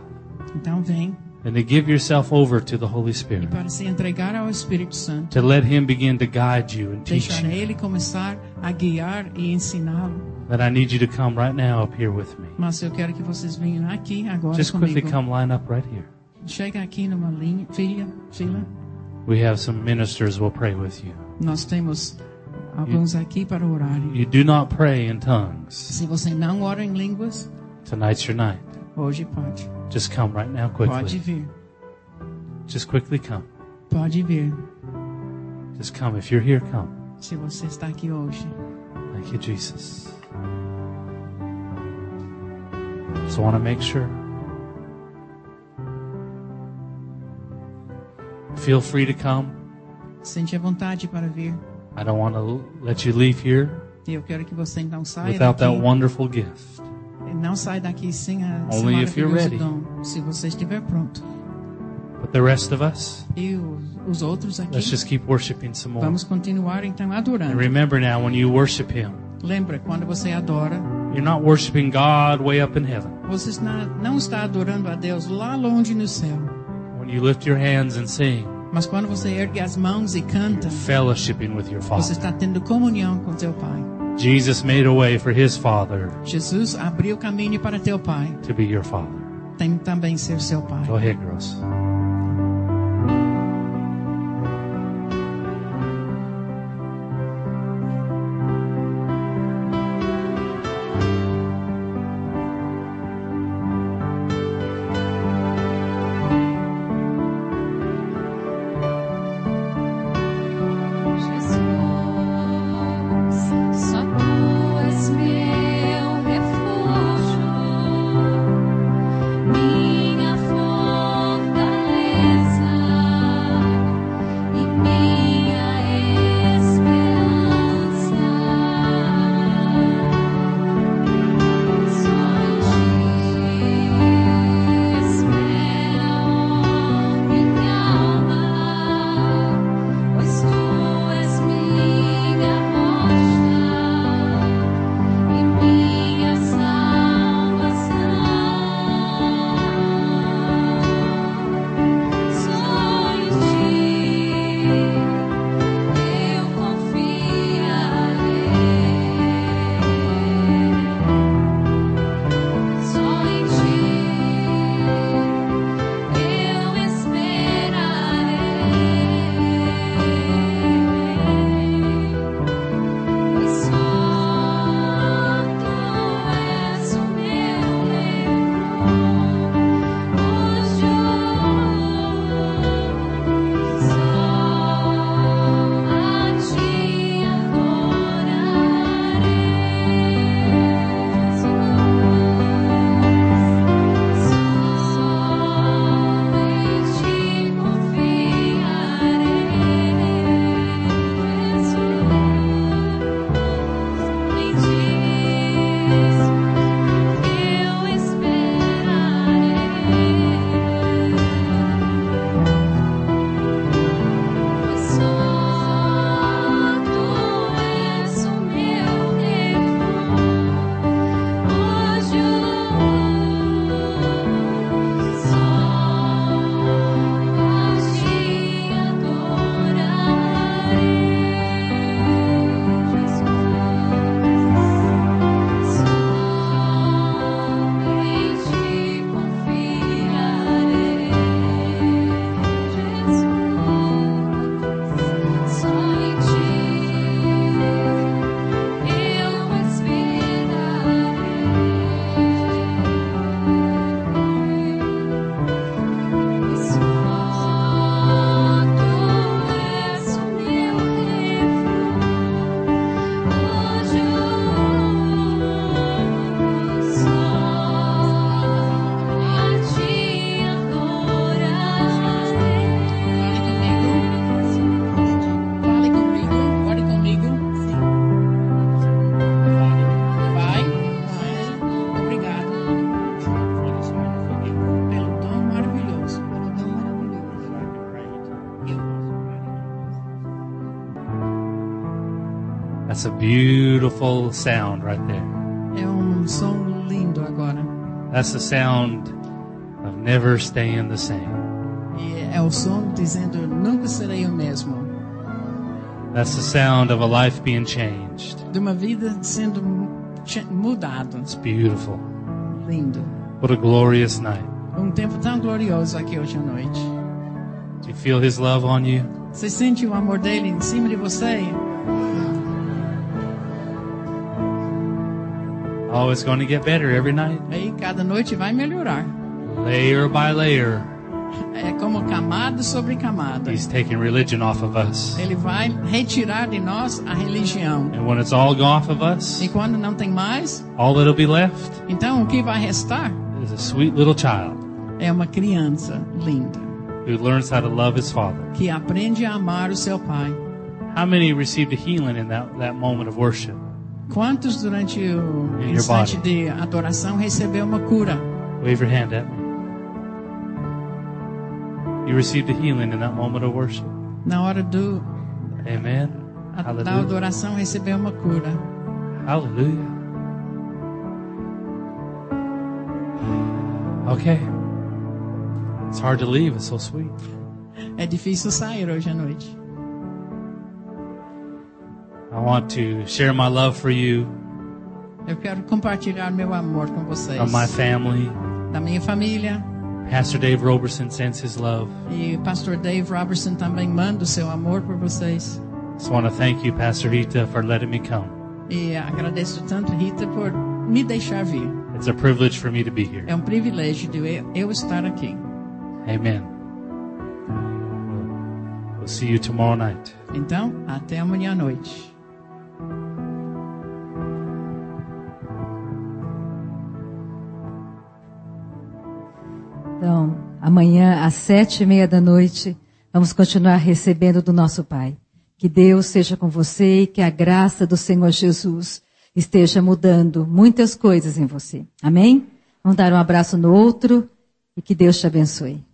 S2: então vem
S1: and to give yourself over to the Holy
S2: e
S1: Spirit,
S2: para se entregar ao Espírito Santo,
S1: to let Him begin to guide you and teach
S2: deixar
S1: you,
S2: ele começar a guiar e ensiná-lo.
S1: then I need you to come right now up here with me.
S2: Mas eu quero que vocês venham aqui agora
S1: Just quickly
S2: comigo.
S1: come line up right here.
S2: Chega aqui numa linha, filha, fila.
S1: We have some ministers will pray with you.
S2: Nós temos alguns aqui para orar.
S1: You do not pray in tongues.
S2: Se você não ora em línguas,
S1: Tonight's your night.
S2: hoje pode.
S1: Just come right now
S2: Pode
S1: quickly.
S2: vir.
S1: Just quickly come.
S2: Pode vir.
S1: Just come. If you're here, come.
S2: Se você está aqui hoje.
S1: Thank you, Jesus. Just want to make sure. Feel free to come.
S2: Sente a vontade para vir.
S1: I don't want to let you leave here
S2: E eu quero que você então saia
S1: without that
S2: daqui.
S1: wonderful gift.
S2: Não sai daqui sem a
S1: Only
S2: sem
S1: if you're
S2: maravilhoso
S1: ready.
S2: dom, se você estiver pronto.
S1: But the rest of us,
S2: E os, os outros aqui,
S1: let's just keep worshiping some more.
S2: vamos continuar então
S1: And
S2: adorando.
S1: remember now, when you worship Him,
S2: Lembra, quando você adora,
S1: you're not worshiping God way up in heaven.
S2: você está- não está adorando a Deus lá longe no céu,
S1: When you lift your hands and sing,
S2: mas quando você ergue as mãos e canta,
S1: fellowshipping with your
S2: você
S1: Father.
S2: está tendo comunhão com teu Pai.
S1: Jesus made a way for His Father
S2: Jesus abriu o caminho para teu Pai,
S1: to be your Father.
S2: tem também ser seu Pai.
S1: Go ahead, Gross.
S3: Jesus, só tu és meu refúgio, minha fortaleza.
S1: That's a beautiful sound right there.
S2: É um som lindo agora.
S1: That's the sound of never staying the same.
S2: E é o som dizendo: nunca serei o mesmo.
S1: That's the sound of a life being changed.
S2: De uma vida sendo mu- che- mudado.
S1: It's beautiful.
S2: Lindo.
S1: What a glorious night.
S2: Um tempo tão glorioso aqui hoje à noite.
S1: Do you feel his love on you?
S2: Você sente o amor dele em cima de você?
S1: Oh, it's going to get better every night,
S2: Aí cada noite vai melhorar.
S1: layer by layer.
S2: É como camada sobre camada.
S1: He's taking religion off of us.
S2: Ele vai retirar de nós a religião.
S1: And when it's all gone off of us,
S2: E quando não tem mais,
S1: all that'll be left
S2: então o que vai restar
S1: is a sweet little child
S2: é uma criança linda
S1: who learns how to love his father.
S2: que aprende a amar o seu pai.
S1: How many received a healing in that, that moment of worship?
S2: Quantos durante o
S1: In your
S2: instante
S1: body.
S2: de adoração recebeu uma cura?
S1: Wave your hand at me. You received a healing in that moment of worship.
S2: Na hora do,
S1: Amen.
S2: a, da
S1: Hallelujah.
S2: adoração recebeu uma cura.
S1: Hallelujah. Okay. It's hard to leave. It's so sweet.
S2: É difícil sair hoje à noite.
S1: I want to share my love for you,
S2: Eu quero compartilhar meu amor com vocês.
S1: of my family.
S2: Da minha família.
S1: Pastor Dave Roberson sends his love.
S2: E o pastor Dave Robertson também manda o seu amor por vocês.
S1: Just want to thank you, Pastor Rita, for letting me come.
S2: E agradeço tanto, Rita, por me deixar vir.
S1: It's a privilege for me to be here.
S2: É um privilégio de eu- eu estar aqui.
S1: Amen. We'll see you tomorrow night.
S2: Então, até amanhã à noite.
S4: Então, amanhã às sete e meia da noite, vamos continuar recebendo do nosso Pai. Que Deus seja com você e que a graça do Senhor Jesus esteja mudando muitas coisas em você. Amém? Vamos dar um abraço no outro e que Deus te abençoe.